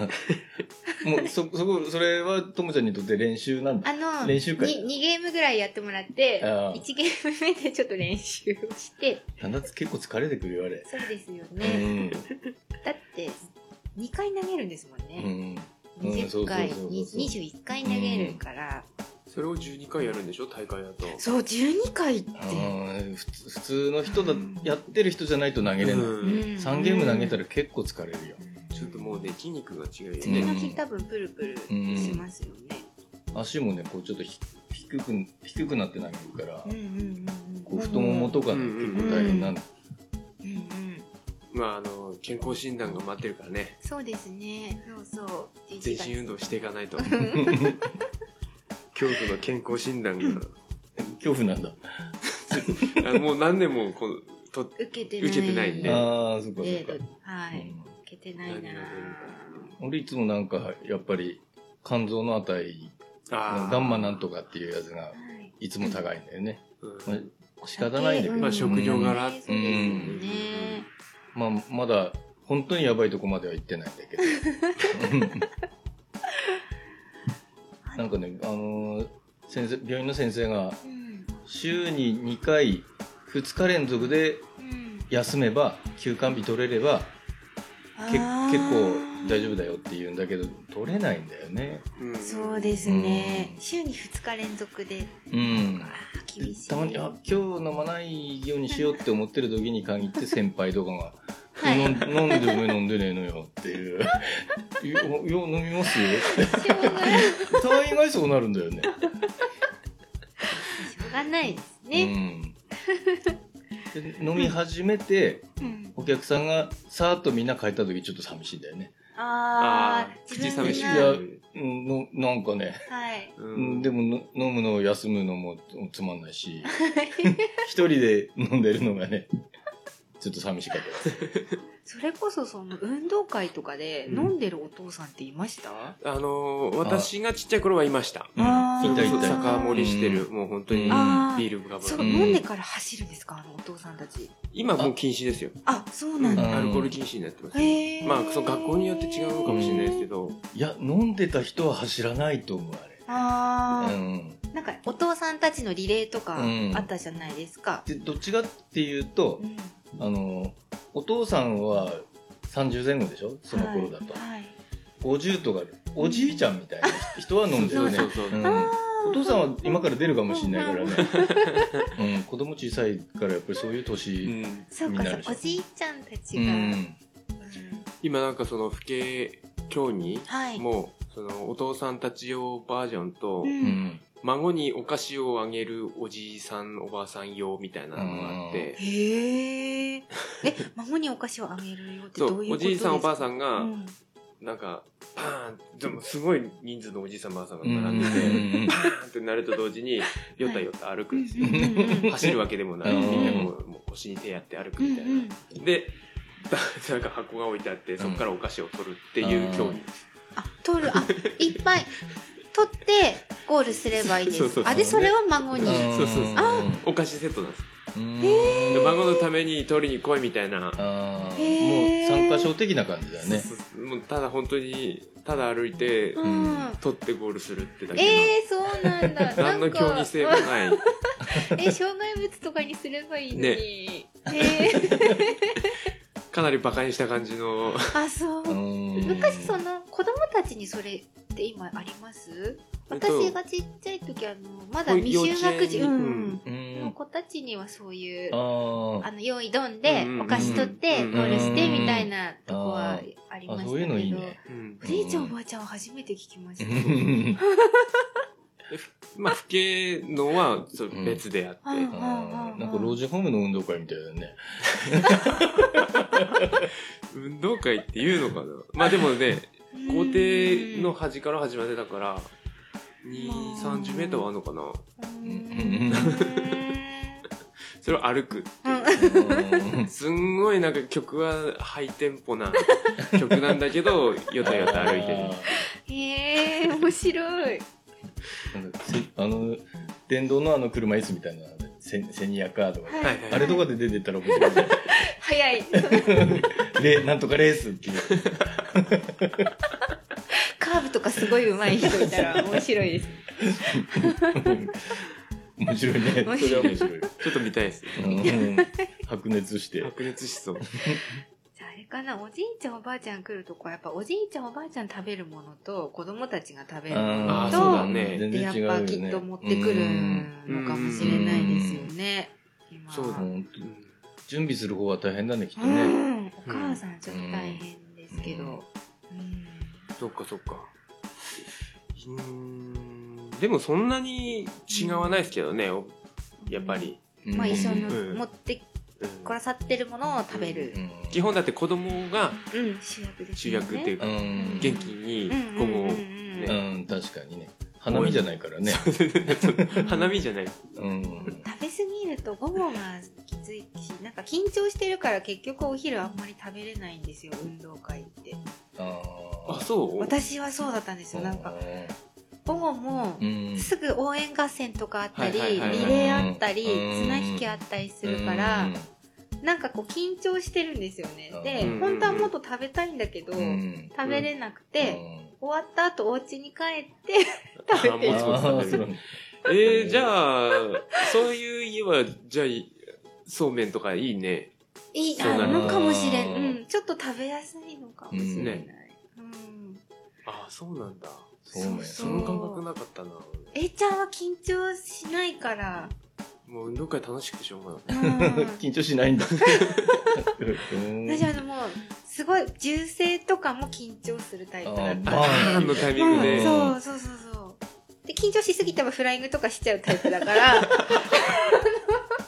Speaker 4: もうそそこそれはともちゃんにとって練習なんだ
Speaker 3: あの、
Speaker 4: 練習会
Speaker 3: に2ゲームぐらいやってもらって、
Speaker 4: ああ
Speaker 3: 1ゲーム目でちょっと練習をして、
Speaker 4: なんだって結構疲れてくるよあれ
Speaker 3: そうですよ
Speaker 4: う
Speaker 3: ね。
Speaker 4: ん
Speaker 3: だって、2回投げるんですもん
Speaker 4: う
Speaker 3: ね。
Speaker 4: ん
Speaker 3: 20回、
Speaker 4: うんそうそうそうそう
Speaker 3: に21回投げるから、
Speaker 2: それを12回やるんでしょ大会だと。
Speaker 3: そう12回って、
Speaker 4: うん普通普通の人だやってる人じゃないと投げれない、
Speaker 2: う
Speaker 3: うん
Speaker 2: ん
Speaker 4: 3ゲーム投げたら結構疲れるよ、
Speaker 2: ちょっともうね、筋肉が違うよ
Speaker 3: 次
Speaker 2: ね。
Speaker 3: の日多分プルプルしますよね、
Speaker 4: 足もねこうちょっとひ低く低くなって投げるから、
Speaker 3: うん、うんうんうん
Speaker 4: こう太ももとかね、
Speaker 2: うんうん
Speaker 4: 結構大変なんだ、
Speaker 3: うんうん
Speaker 2: まあ、あの、健康診断が待ってるからね、
Speaker 3: そうですねそうそう
Speaker 2: 全身運動していかないと。恐怖の健康診断が、
Speaker 4: 恐怖なんだ、
Speaker 2: あのもう何年もこの、と、
Speaker 3: 受けてない
Speaker 2: 受けてないんで
Speaker 3: 程
Speaker 4: ああそっかそっか、
Speaker 3: 度はい、
Speaker 4: うん
Speaker 3: 受けてないな
Speaker 2: 何が出る
Speaker 4: 俺いつもなんかやっぱり肝臓の値
Speaker 2: あー
Speaker 4: ガンマなんとかっていうやつが
Speaker 3: はい
Speaker 4: いつも高いんだよね、
Speaker 2: うん
Speaker 4: まあ、仕方ないんだけど、
Speaker 3: うん
Speaker 2: まあ職業柄
Speaker 3: そうですね、
Speaker 4: まあ、まだ本当にやばいとこまでは行ってないんだ けどなんかね、あのー先生病院の先生が
Speaker 3: うん
Speaker 4: 週に2回2日連続で
Speaker 3: うん
Speaker 4: 休めば休館日取れればけ結
Speaker 3: あー
Speaker 4: 構大丈夫だよって言うんだけど取れないんだよね
Speaker 2: うん
Speaker 3: そうですね、
Speaker 4: うん
Speaker 3: 週に2日連続で
Speaker 4: うん
Speaker 3: あー厳しい
Speaker 4: たまにあ今日飲まないようにしようって思ってる時に限って先輩とかが
Speaker 3: は
Speaker 4: 飲
Speaker 3: い
Speaker 4: ん飲んでも飲んでねえのよっていう。 いや、いや飲みますよ。
Speaker 3: しょうがないし
Speaker 4: 大概そうなるんだよね。
Speaker 3: ょうがないですね、
Speaker 4: うんで飲み始めて、
Speaker 3: うん
Speaker 4: お客さんがさーっとみんな帰った時ちょっと寂しいんだよね。
Speaker 3: あ
Speaker 2: あ
Speaker 3: あ
Speaker 2: ー口
Speaker 4: 分
Speaker 2: 寂しい
Speaker 4: がいやうん、のなんかね、
Speaker 3: はい
Speaker 4: うん、で
Speaker 2: も、
Speaker 4: もの飲むの休むのもつまんないし、 一人で飲んでるのがね、ちょっと寂しかったです。
Speaker 3: それこそその運動会とかで
Speaker 2: うん
Speaker 3: 飲んでるお父さんっていました、
Speaker 2: あのー私がちっちゃい頃はいました。
Speaker 4: うん、
Speaker 3: あー
Speaker 4: いたい
Speaker 3: そう
Speaker 4: た
Speaker 3: そう
Speaker 4: いた。
Speaker 2: 酒盛りしてる、
Speaker 4: う
Speaker 2: もう本当に
Speaker 4: うん
Speaker 2: ビ
Speaker 3: あー
Speaker 2: ールがぶ
Speaker 3: そう、
Speaker 4: うん
Speaker 3: 飲んでから走るんですかあのお父さんたち
Speaker 2: 今もう禁止ですよ。
Speaker 3: あそう
Speaker 2: う
Speaker 3: なん
Speaker 2: ん
Speaker 3: だ、
Speaker 2: アルコール禁止になってます。
Speaker 3: へえ
Speaker 2: まあ、その学校によって違うのかもしれないですけど、
Speaker 4: いや、飲んでた人は走らないと思う、あれ。
Speaker 3: あ
Speaker 4: う
Speaker 3: ー
Speaker 4: ん
Speaker 3: なんかお父さんたちのリレーとか
Speaker 4: うん
Speaker 3: あったじゃないですか、
Speaker 4: でどっちかっていうと、
Speaker 3: うん
Speaker 4: あのお父さんは30前後でしょその頃だと、
Speaker 3: はいはい
Speaker 4: 50とかおじいちゃんみたいな人は飲んでるね
Speaker 2: そうそうそう
Speaker 4: うん
Speaker 3: あー
Speaker 4: お父さんは今から出るかもしれないからね、うん、子供小さいからやっぱりそういう
Speaker 2: う
Speaker 4: 年、
Speaker 2: ん
Speaker 3: そう
Speaker 4: み
Speaker 3: か
Speaker 4: んな
Speaker 3: そ
Speaker 4: あ
Speaker 3: う
Speaker 4: るでしょ
Speaker 3: おじいちゃんたち
Speaker 4: う
Speaker 3: が、
Speaker 4: ん
Speaker 2: 今なんかその、不敬教に、
Speaker 3: はい
Speaker 2: もう、その、お父さんたち用バージョンと、
Speaker 3: うん
Speaker 4: うん
Speaker 2: 孫にお菓子をあげるおじいさん、おばあさん用みたいなのがあって、
Speaker 3: へえ。え、 孫にお菓子をあげるよって
Speaker 2: そ
Speaker 3: どうい
Speaker 2: う、
Speaker 3: うこ
Speaker 2: お
Speaker 3: とですか
Speaker 2: じいさん、おばあさん
Speaker 3: う
Speaker 2: が、
Speaker 3: ん
Speaker 2: なんか、パーンでもすごい人数のおじいさん、ばあさんが
Speaker 4: うん
Speaker 2: 並んでて、
Speaker 4: うん
Speaker 2: パーンってなると同時に、よたよた歩くん ですよ。
Speaker 3: うんうんうん
Speaker 2: 走るわけでもない。
Speaker 4: うん
Speaker 2: みんなもうもう腰に手やって歩くみたい
Speaker 3: うん
Speaker 2: な。で、 なんか箱が置いてあって、そこからお菓子を取るっていう競技。
Speaker 3: あ、取る、あ、いっぱい取ってゴールすればいいです。
Speaker 2: そうそうそう
Speaker 3: あ、で、それを孫に。
Speaker 2: そうそうそう
Speaker 4: あ
Speaker 2: お菓子セットなんです。
Speaker 4: うん
Speaker 2: で孫のために取りに来いみたいな。
Speaker 4: あー
Speaker 3: へー
Speaker 4: もう参加賞的な感じだよね
Speaker 2: もうただ本当に、ただ歩いて、
Speaker 3: うん。
Speaker 2: 取ってゴールするってだけの。
Speaker 3: えー、そうなんだ。
Speaker 2: 何
Speaker 3: な
Speaker 2: の
Speaker 3: んか
Speaker 2: 競技性もない。
Speaker 3: え、障害物とかにすればいいのに。
Speaker 2: ね
Speaker 3: えー、
Speaker 2: かなり馬鹿にした感じの。
Speaker 3: あ、そう。昔
Speaker 4: 昔
Speaker 3: その子供たちにそれって今あります
Speaker 2: えっと
Speaker 3: 私がちっちゃい時あのまだ未就学児
Speaker 2: 幼稚園に
Speaker 3: うん
Speaker 4: う
Speaker 3: の
Speaker 4: ん
Speaker 3: 子たちにはそういう
Speaker 4: あ
Speaker 3: あの、用意どんで
Speaker 2: うんうんう、ん
Speaker 3: お菓子取って、
Speaker 2: うん
Speaker 3: ゴールして、みたいなとこはあり
Speaker 4: ー
Speaker 3: ました
Speaker 4: あ
Speaker 3: けど。
Speaker 4: そういうのいいね
Speaker 2: うん
Speaker 3: おじいちゃん、おばあちゃんは初めて聞きました。
Speaker 2: まあ、不敬のはそう別であって。
Speaker 3: うん
Speaker 4: あーなんか老人ホームの運動会みたいだね。
Speaker 2: 運動会っていうのかなまあでもね、校庭の端から始まってたから、2、30メートルはあるのかな
Speaker 3: うん。
Speaker 4: うん
Speaker 2: それを歩く。すんごいなんか曲はハイテンポな 曲なんだけど、よたよた歩いてる。
Speaker 3: へえー、面白い。
Speaker 4: る。なんかせあの電動のあの車椅子みたいなセセニアカーとか、
Speaker 3: は
Speaker 2: はいい。はい
Speaker 4: あれとかで出てったら面 白いね。
Speaker 3: 早い。
Speaker 4: でなんとかレースっていう。
Speaker 3: カーブとかすごい上手い人いたら面白い です。
Speaker 4: 面白いね。 それは面白い。
Speaker 2: ちょっと見たいです。
Speaker 4: うん白熱して。
Speaker 2: 白熱しそう。
Speaker 3: じゃあ、あれかなおじいちゃんおばあちゃん来るとこはやっぱおじいちゃんおばあちゃん食べるものと子供たちが食べるも
Speaker 2: あ
Speaker 3: の
Speaker 2: ーそうだ
Speaker 3: と
Speaker 2: ね
Speaker 4: 全
Speaker 3: で
Speaker 4: 然
Speaker 3: やっ
Speaker 4: 違うよ
Speaker 3: ぱ
Speaker 4: ね。
Speaker 3: きっと持ってくる
Speaker 4: うん
Speaker 3: のかもしれないですよね。今
Speaker 2: そうだ
Speaker 4: 本当
Speaker 2: うん
Speaker 4: 準備する方は大変だね、きっと
Speaker 3: う
Speaker 4: ね。
Speaker 3: ん、お母さんちょっと大変ですけど。うん
Speaker 2: そっかそっか。うーん。でもそんなに違わないですけどね、おやっぱ。り。
Speaker 3: まあ一緒の
Speaker 2: うん
Speaker 3: 持って
Speaker 2: うん
Speaker 3: くださってるものを食べる
Speaker 4: う。ん
Speaker 2: 基本だって子供が
Speaker 3: うん、主役です
Speaker 2: 主
Speaker 3: よね。
Speaker 2: 役っていう
Speaker 4: う
Speaker 2: か、
Speaker 4: ん。
Speaker 2: 元気に
Speaker 3: うんう
Speaker 2: 午
Speaker 3: んうん
Speaker 2: 後
Speaker 3: う ん、
Speaker 2: ね
Speaker 4: うん、確かにね。花見じゃないからね。
Speaker 2: 花見じゃない。
Speaker 4: うん。
Speaker 3: 食べ過ぎると午後がきついしなんか緊張してるから結局お昼あんまり食べれないんですよ運動会って
Speaker 4: あ
Speaker 2: あ、
Speaker 4: ー
Speaker 2: そう
Speaker 3: 私はそうだったんですよなんか、午後も
Speaker 4: うん。
Speaker 3: すぐ応援合戦とかあったり、
Speaker 2: はいはいはい
Speaker 3: リレーあったり、
Speaker 4: うん
Speaker 3: 綱引きあったりするから、
Speaker 4: うん
Speaker 3: なんかこう緊張してるんですよね、で、
Speaker 2: うん
Speaker 3: 本当はもっと食べたいんだけど、
Speaker 4: うん
Speaker 3: 食べれなくて、終わった後お家に帰って
Speaker 2: あ
Speaker 3: 食べ
Speaker 2: も
Speaker 4: うん
Speaker 2: う
Speaker 3: て
Speaker 4: あ
Speaker 2: そう
Speaker 4: ー
Speaker 2: です
Speaker 4: そう
Speaker 2: ね
Speaker 4: なんだ
Speaker 2: えー、じゃあ、そういう家は、じゃあ、そうめんとかいいね。
Speaker 3: いい
Speaker 2: そうな
Speaker 3: あ
Speaker 2: の
Speaker 3: のかもしれん、
Speaker 4: うん
Speaker 3: うん、ちょっと食べやすいのかもしれない、
Speaker 2: うん
Speaker 3: うん
Speaker 2: あ、そうなんだ。
Speaker 4: そうめん
Speaker 2: その感覚なかったな。
Speaker 3: えいちゃんは緊張しない から。
Speaker 2: もう運動会楽しくてしょうがない。
Speaker 3: うん
Speaker 4: 緊張しないんだ。うん
Speaker 3: 私はでも、すごい、銃声とかも緊張するタイプだっ
Speaker 4: あ
Speaker 3: た。
Speaker 2: バーンのタイミング
Speaker 3: う
Speaker 2: で
Speaker 3: ん、。そうそうそうそう。で、緊張しすぎてもフライングとかしちゃうタイプだから、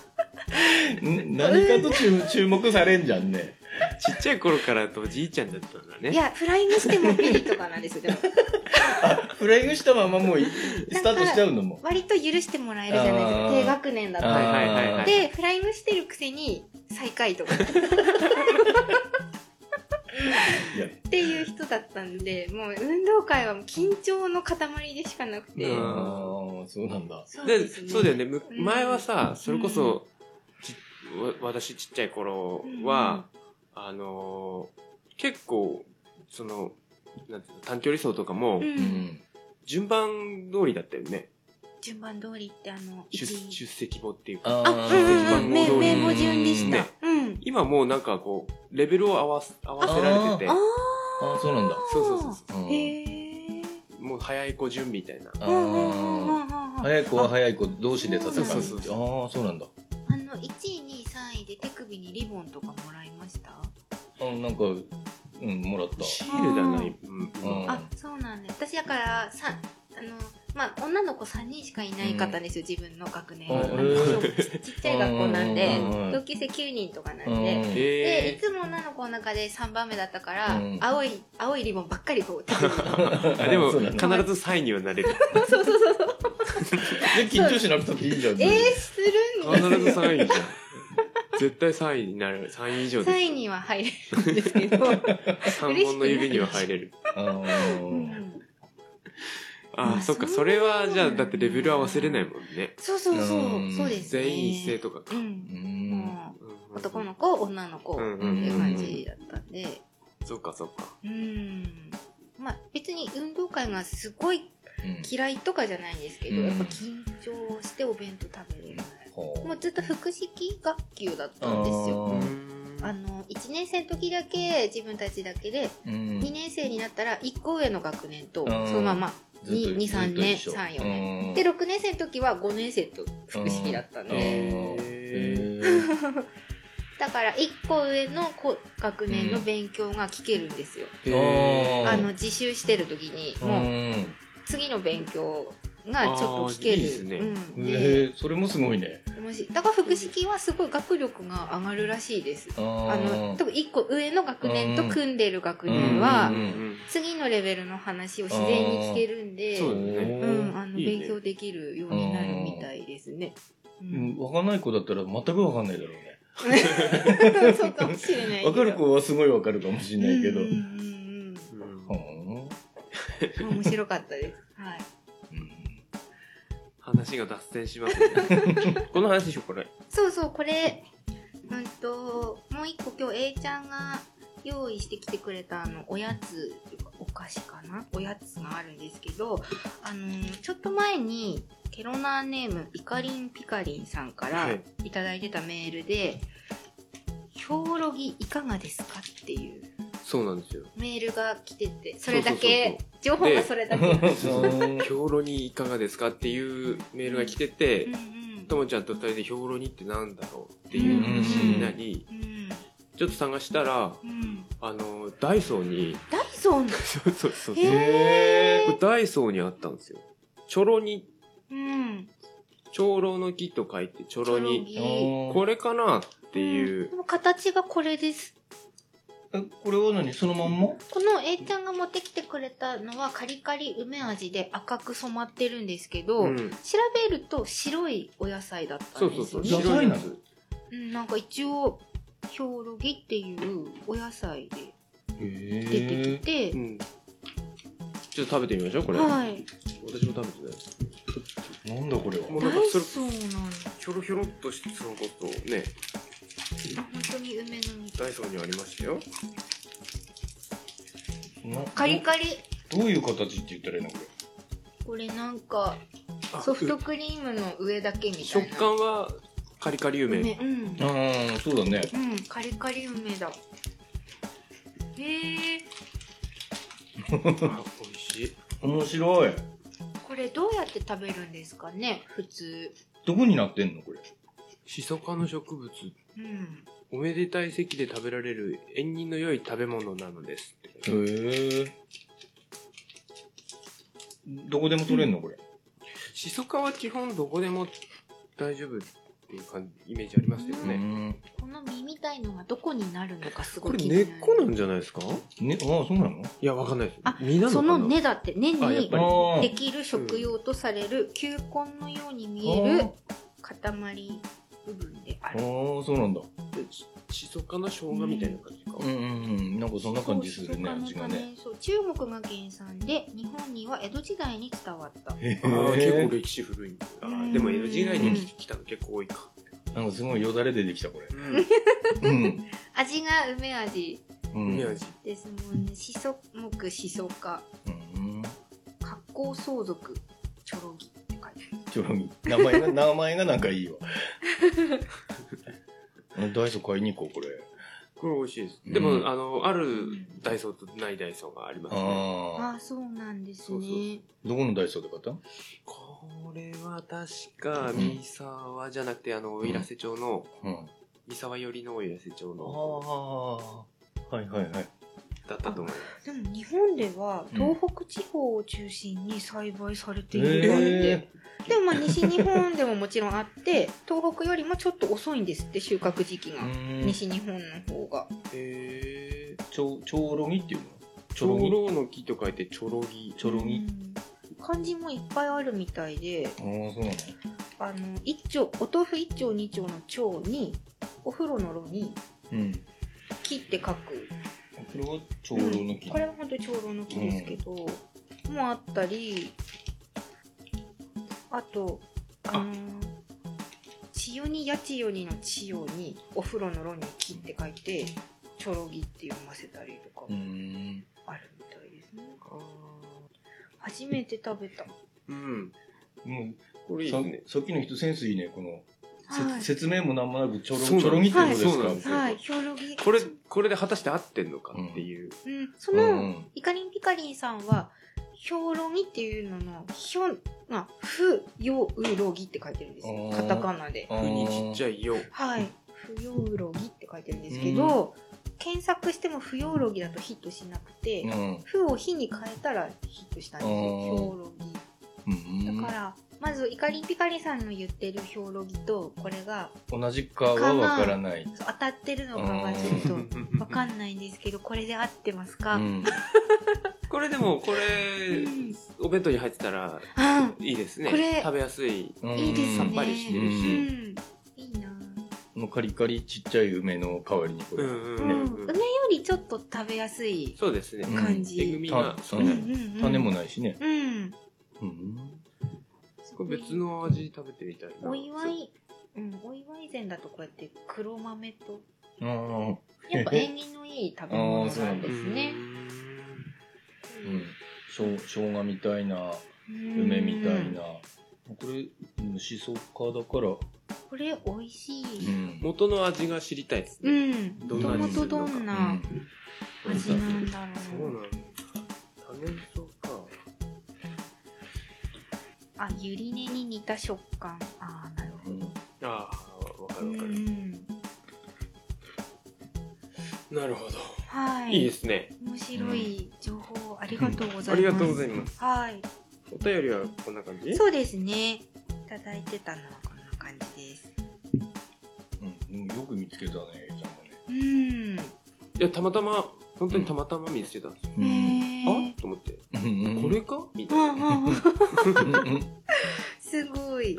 Speaker 4: ん何かと注注目されんじゃんね。
Speaker 2: ちっちゃい頃からとじいちゃんだったんだね。
Speaker 3: いや、フライングしてもビリとかなんですよ、でも。
Speaker 4: フライングしたままもういスタートしちゃうのも。
Speaker 3: 割と許してもらえるじゃないです
Speaker 4: あ
Speaker 3: か、
Speaker 4: ー
Speaker 3: 低学年だった
Speaker 2: はい
Speaker 3: ら。
Speaker 2: はいはいはい
Speaker 4: あー
Speaker 3: で、フライングしてるくせに、最下位とか。
Speaker 4: いや
Speaker 3: っていう人だったんで、もう運動会はもう緊張の塊でしかなくて。
Speaker 2: うん
Speaker 4: ああ、そうなんだ。
Speaker 3: そ
Speaker 2: でそうだよね、む
Speaker 3: うん
Speaker 2: 前はさそれこそ、ちわ私ちっちゃい頃は、あのー結構そのなんていうの短距離走とかも、
Speaker 3: うん
Speaker 4: うん。
Speaker 2: 順番通りだったよね
Speaker 3: 順番通りってあの、
Speaker 2: 出
Speaker 3: 一
Speaker 2: 出席簿っていうか
Speaker 4: あ
Speaker 3: あ、うんうんうん、
Speaker 2: 出席番
Speaker 3: 名
Speaker 2: 号通り
Speaker 3: 名簿順でした
Speaker 2: ね。
Speaker 3: うん。
Speaker 2: 今もうなんかこうレベルを合わせ合わせられてて
Speaker 3: あ
Speaker 4: ああ、そうなんだ。
Speaker 3: あ。
Speaker 2: そうそうそうそ
Speaker 4: うん
Speaker 3: へえ。
Speaker 2: うもう早い子順みたいな
Speaker 4: あ
Speaker 3: うんうんうんうんう
Speaker 4: ー
Speaker 3: んあ
Speaker 4: 早い子は早い子同士で戦う。
Speaker 3: そう
Speaker 2: そうそう
Speaker 4: ああ、そうなんだ。
Speaker 3: の、1位、2位、3位で手首にリボンとかもらいました
Speaker 4: あなんか、うん、もらった。
Speaker 2: シールだな、
Speaker 3: うん
Speaker 2: うん
Speaker 4: うん
Speaker 3: あ、そうなんです。私だから、さ、あの、まあ、女の子3人しかいないかったんですよ、自分の学年は。
Speaker 4: あ
Speaker 3: あ
Speaker 4: へ
Speaker 3: の
Speaker 4: ー
Speaker 3: そうちっちゃい学校なんで
Speaker 4: うんうんうん、
Speaker 3: 同級生9人とかなん
Speaker 4: う
Speaker 3: で。
Speaker 4: ん
Speaker 3: で、い
Speaker 2: え
Speaker 3: つも女の子の中で3番目だったから、
Speaker 4: うん
Speaker 3: 青い、青いリボンばっかりこう、手首に。
Speaker 2: ー、あでも
Speaker 4: そうなん
Speaker 2: 必
Speaker 4: だ
Speaker 2: ず3位にはなれる
Speaker 3: そうそうそうそう。
Speaker 4: で緊張しなくたっていいじゃん。
Speaker 3: えー、するん
Speaker 2: 必
Speaker 3: だ
Speaker 2: ず3位じゃん絶対3位になる3位以上で
Speaker 3: 3位には入れるんですけど、
Speaker 2: 3本の指には入れる
Speaker 4: あー
Speaker 3: うん
Speaker 2: ああ、そっか、それは、じゃあ、だってレベルは忘れないもんね。
Speaker 3: そうそうそう、
Speaker 4: うん
Speaker 3: そうです、ね、
Speaker 2: 全員一斉とかか
Speaker 3: う。、
Speaker 4: うんん。
Speaker 3: も
Speaker 2: うんうん
Speaker 3: う男の子女の子って
Speaker 2: うん
Speaker 3: いう感じだったんで
Speaker 2: そっか、そっか。
Speaker 3: うんまあ別に運動会がすごい
Speaker 4: うん
Speaker 3: 嫌いとかじゃないんですけど、
Speaker 4: うん
Speaker 3: やっぱ緊張してお弁当食べれない
Speaker 4: ほう
Speaker 3: もうずっと複式学級だったんですよあの1年生の時だけ自分たちだけで
Speaker 4: うん
Speaker 3: 2年生になったら1個上の学年と
Speaker 4: うん
Speaker 3: そのまま
Speaker 4: ずっと
Speaker 3: 2 2 3年
Speaker 4: ずっと一緒
Speaker 3: 3 4年
Speaker 4: うん
Speaker 3: で6年生の時は5年生と複式だったん
Speaker 4: あー
Speaker 3: で
Speaker 4: へ
Speaker 3: だから1個上の子学年の勉強が聞けるんですよ、
Speaker 4: ー
Speaker 2: へ
Speaker 3: あの自習してる時にもう
Speaker 4: うん
Speaker 3: 次の勉強がちょっと聞
Speaker 2: あ
Speaker 3: ける
Speaker 2: ーいいですね
Speaker 3: うん、で
Speaker 4: へーそれもすごいね。
Speaker 3: 面白いだから複式はすごい学力が上がるらしいです
Speaker 4: あ
Speaker 3: あの
Speaker 4: ー
Speaker 3: 特に1個上の学年と組んでる学
Speaker 2: うん
Speaker 3: 年は
Speaker 2: うんうん
Speaker 3: 次のレベルの話を自然に聞けるんで
Speaker 2: あーそうだね
Speaker 3: うん、あの
Speaker 2: いいね
Speaker 3: 勉強できるようになるみたいですね。う
Speaker 4: うん ん、わかんない子だったら全くわかんないだろうね。
Speaker 3: そうかもしれないけど。
Speaker 4: わかる子はすごいわかるかもしれないけど。
Speaker 3: うんうん
Speaker 2: うん
Speaker 4: は
Speaker 3: うん面白かったです。はい。
Speaker 4: あうん
Speaker 2: 話が脱線しますね。 この話でしょ、これ。
Speaker 3: そうそう、これ、うんと、もう一個今日 A ちゃんが用意してきてくれたあの、おやつ、お菓子かなおやつがあるんですけど、あのーちょっと前に、ケロナーネーム、イカリンピカリンさんから
Speaker 2: はい
Speaker 3: いただいてたメールで、ょうろぎいかがですかっていう
Speaker 2: そうなんですよ。
Speaker 3: メールが来てて、それだけ、情報がそれだけ。うん
Speaker 4: うん
Speaker 2: 兵糧にいかがですかっていうメールが来てて、
Speaker 3: うん
Speaker 2: ともちゃんと二人で兵糧にってなんだろうっていう話になり、
Speaker 3: うん
Speaker 2: ちょっと探したら、
Speaker 3: うん
Speaker 2: あの、ダイソーに、
Speaker 3: ダイソンの
Speaker 2: そうそうそう。こ
Speaker 3: へ
Speaker 2: れダイソーにあったんですよ。ちょろに、
Speaker 3: うん。
Speaker 2: 長老の木と書いてちょろに。
Speaker 3: に。
Speaker 2: これかなっていう
Speaker 3: で。も形がこれです。
Speaker 4: え、これは何そのまんま
Speaker 3: この A ちゃんが持ってきてくれたのはカリカリ梅味で赤く染まってるんですけど、
Speaker 2: うん。
Speaker 3: 調べると白いお野菜だった
Speaker 2: そ
Speaker 3: ん
Speaker 2: う
Speaker 3: です
Speaker 2: そ
Speaker 3: よ
Speaker 2: うそう。
Speaker 3: ね
Speaker 4: 野菜なの
Speaker 3: うん、なんか一応兵糧ギっていうお野菜で
Speaker 4: へ
Speaker 3: 出てきて、
Speaker 2: うん。ちょっと食べてみましょう、これ。
Speaker 3: はい
Speaker 2: 私も食べてない。
Speaker 4: え。なんだこれは。
Speaker 2: もう
Speaker 3: ダ
Speaker 2: な
Speaker 3: イ
Speaker 2: んかそれ、
Speaker 3: ソーなんだ
Speaker 2: ひょろひょろっとしたそのことをね、
Speaker 3: あ本当に梅の実
Speaker 2: ダイソーにはありましたよ。
Speaker 4: な
Speaker 3: カリカリ
Speaker 4: どういう形って言ったらいいのこ
Speaker 3: これなんか
Speaker 2: あ
Speaker 3: ソフトクリームの上だけみたいな
Speaker 2: 食感はカリカリ梅。
Speaker 3: 梅うん
Speaker 4: れ。ああ、そうだね。
Speaker 3: うんカリカリ梅だへえ
Speaker 2: あ美味しい。
Speaker 4: 面白い。
Speaker 3: これどうやって食べるんですかね普通
Speaker 4: どこになってんのこれ。
Speaker 2: シソ科の植物、
Speaker 3: うん
Speaker 2: おめでたい席で食べられる縁起の良い食べ物なのです。
Speaker 4: へえ。どこでも取れんのこれ。
Speaker 2: シソ科は基本どこでも大丈夫っていう感じ、イメージありますけど
Speaker 4: う
Speaker 2: ね。
Speaker 4: ん。
Speaker 3: この実みたいのがどこになるのかすご
Speaker 2: こ
Speaker 3: い
Speaker 2: れ
Speaker 3: 気にな
Speaker 2: 根
Speaker 3: る
Speaker 2: っこなんじゃないですか
Speaker 4: ね、ああ、そうなの
Speaker 2: いや、わかんないです
Speaker 3: あ。
Speaker 2: 実なの
Speaker 3: そ
Speaker 2: かな
Speaker 3: の根だって根
Speaker 2: あやっ
Speaker 3: に
Speaker 2: ぱり
Speaker 4: あ
Speaker 3: で
Speaker 4: ー
Speaker 3: きる食用とされる球根のように見える塊部分であ
Speaker 4: あーあ
Speaker 3: る
Speaker 4: ー、そうなんだ。
Speaker 2: シソ科の生姜みたいな感じか。
Speaker 4: うんうんうん。なんかそんな感じするね、
Speaker 3: そう
Speaker 4: 味
Speaker 3: 静岡
Speaker 4: が
Speaker 3: の
Speaker 4: ね。
Speaker 3: 種そう中国が原産で日本には江戸時代に伝わった
Speaker 4: へ
Speaker 2: あー結構
Speaker 4: え。
Speaker 2: 歴史古いんだ。あ
Speaker 3: う
Speaker 2: ー
Speaker 3: ん
Speaker 2: でも江戸時代に来たの結構多いか。
Speaker 4: なんかすごいよだれ出てきた、これ。
Speaker 2: うん。
Speaker 4: うん。
Speaker 3: 味が梅味
Speaker 4: うん。
Speaker 2: 梅味。
Speaker 3: ですもんねしそ木しそか
Speaker 4: うん。
Speaker 3: 格好相続チョロギって書いてある
Speaker 4: チョロミ。 名前が、名前がなんかいいわ。 ダイソー買いに行こう、これ。
Speaker 2: これ美味しいです。でも、
Speaker 4: うん
Speaker 2: あの、あるダイソーとないダイソーがありますね。
Speaker 4: ああ。
Speaker 3: ああそうなんです
Speaker 2: そうそう
Speaker 3: ね
Speaker 4: どこのダイソーで買った
Speaker 2: これは確か、三沢じゃなくて、あの、
Speaker 4: ん
Speaker 2: いらせ町の、
Speaker 4: うん。
Speaker 2: 三沢寄りのいらせ町
Speaker 4: あ
Speaker 2: の、
Speaker 4: あ。はいはいはい。
Speaker 2: だったと思います。
Speaker 3: でも日本では
Speaker 4: うん
Speaker 3: 東北地方を中心に栽培されているんだって、
Speaker 4: え
Speaker 3: でもまあ西日本でももちろんあって東北よりもちょっと遅いんですって収穫時期
Speaker 4: え
Speaker 3: が、
Speaker 4: ー。うん。
Speaker 3: 西日本の方が
Speaker 2: へー。
Speaker 4: ちょ、ちょろぎっていうの
Speaker 2: ちょろの木と書いて、ちょろぎ。
Speaker 4: ちょろ
Speaker 3: う
Speaker 4: ぎ。
Speaker 3: ん漢字もいっぱいあるみたいで
Speaker 4: ああ、そうなの
Speaker 3: あの一丁お豆腐一丁二丁の丁にお風呂の炉に
Speaker 4: うん。
Speaker 3: 木って書く
Speaker 4: これはちょろの木。
Speaker 3: これは本当に長老の木ですけど、もあったりあとあのー「千代に八千代に」の「千代に」お風呂の「炉に木」って書いて「ちょろぎ」って読ませたりとか
Speaker 4: うー
Speaker 3: も
Speaker 4: ん。
Speaker 3: あるみたいですね、初めて食べた
Speaker 2: うん。
Speaker 4: も
Speaker 2: こ
Speaker 4: う
Speaker 2: れいいですね。
Speaker 4: ささっきの人センスいいね、この。せ
Speaker 3: はい
Speaker 4: 説明もなんもなくちょろ、
Speaker 2: そうなん
Speaker 4: ちょろぎってことです
Speaker 2: はいそうなん
Speaker 4: か
Speaker 2: です
Speaker 3: はいひょろぎ
Speaker 2: これ、これで果たして合ってんのかっていう。
Speaker 3: うん、その、
Speaker 4: うん。
Speaker 3: イカリンピカリンさんは「ひょろぎ」っていうのの「ひょ」が「ふようろぎ」って書いてるんですよ
Speaker 4: あー
Speaker 3: カタカナで
Speaker 2: ふにちっち
Speaker 4: ゃい。
Speaker 2: ゃいよ。
Speaker 3: はい。不要ロギって書いてるんですけど、検索しても不要ロギだとヒットしなくて、
Speaker 4: うん。
Speaker 3: 不を非に変えたらヒットしたんですよ。
Speaker 4: あー
Speaker 3: 兵ロ
Speaker 4: うん
Speaker 3: ギ。だから、まずイカリンピカリさんの言ってる兵ロギと、これが
Speaker 4: 同じかはわからない。
Speaker 3: 当たってるのかがちょっとわかんないんですけど、これで合ってますか、
Speaker 4: うん。
Speaker 2: これでも、これ
Speaker 3: うん、
Speaker 2: お弁当に入ってたら、
Speaker 3: あ
Speaker 2: いいですね。
Speaker 3: これ
Speaker 2: 食べやすい。
Speaker 4: うん
Speaker 3: いいですね
Speaker 2: さっぱりしてる
Speaker 3: う
Speaker 2: し。
Speaker 3: ん。いいなぁ
Speaker 4: このカリカリちっちゃい梅の代わりにこ
Speaker 2: う
Speaker 4: れ。
Speaker 2: んう
Speaker 3: うんん。
Speaker 2: うんう
Speaker 3: 梅
Speaker 2: ん
Speaker 3: よ。りちょっと食べやすい
Speaker 2: そうですね。
Speaker 3: 感じ。
Speaker 2: えぐみが
Speaker 4: た
Speaker 2: 少
Speaker 3: うん
Speaker 2: な
Speaker 3: う
Speaker 2: い。
Speaker 3: んうん、
Speaker 4: 種もないしね。
Speaker 3: うん。
Speaker 4: うん。
Speaker 2: これ別の味食べてみたいな。
Speaker 3: お祝い、うん、お祝い膳だとこうやって黒豆と、
Speaker 4: ああ。
Speaker 3: やっぱ縁起のいい食べ物なんですね。
Speaker 4: うん。しょう、生姜みたいな、
Speaker 3: うん
Speaker 4: 梅みたいな。これ、うんシソ科だから、
Speaker 3: これ美味し
Speaker 4: う
Speaker 3: い。
Speaker 4: ん。
Speaker 2: 元の味が知りたいです
Speaker 3: う
Speaker 2: ね。
Speaker 3: ん。
Speaker 2: どん
Speaker 3: もと
Speaker 2: な味
Speaker 3: も
Speaker 2: す
Speaker 3: と
Speaker 2: るの
Speaker 3: ど
Speaker 2: か
Speaker 3: んな
Speaker 4: うん
Speaker 3: 味なんだ
Speaker 2: そう
Speaker 3: ろ
Speaker 2: なの。
Speaker 3: う。
Speaker 2: 多年草か。
Speaker 3: あ、ゆり根に似た食感。あー、なるほど。
Speaker 2: ああ、わか
Speaker 3: う
Speaker 2: るわかる。
Speaker 3: ん。
Speaker 2: なるほど。
Speaker 3: はい。
Speaker 2: いいですね。
Speaker 3: 面白い情報ありがとうございます。。
Speaker 2: ありがとうございますす。
Speaker 3: はい。
Speaker 2: お便りはこんな感じ
Speaker 3: そうですね。いただいてたのはこんな感じです。
Speaker 4: うん。よく見つけたね、エイちゃんもね。
Speaker 3: う
Speaker 2: い
Speaker 3: ん。
Speaker 2: や、たまたま、本当にたまたま見つけたんですよ。
Speaker 3: へえ。
Speaker 2: あと思って、
Speaker 4: うん
Speaker 2: これかみたい
Speaker 3: あ
Speaker 2: な。
Speaker 3: あ、
Speaker 4: うんうん
Speaker 3: すごい。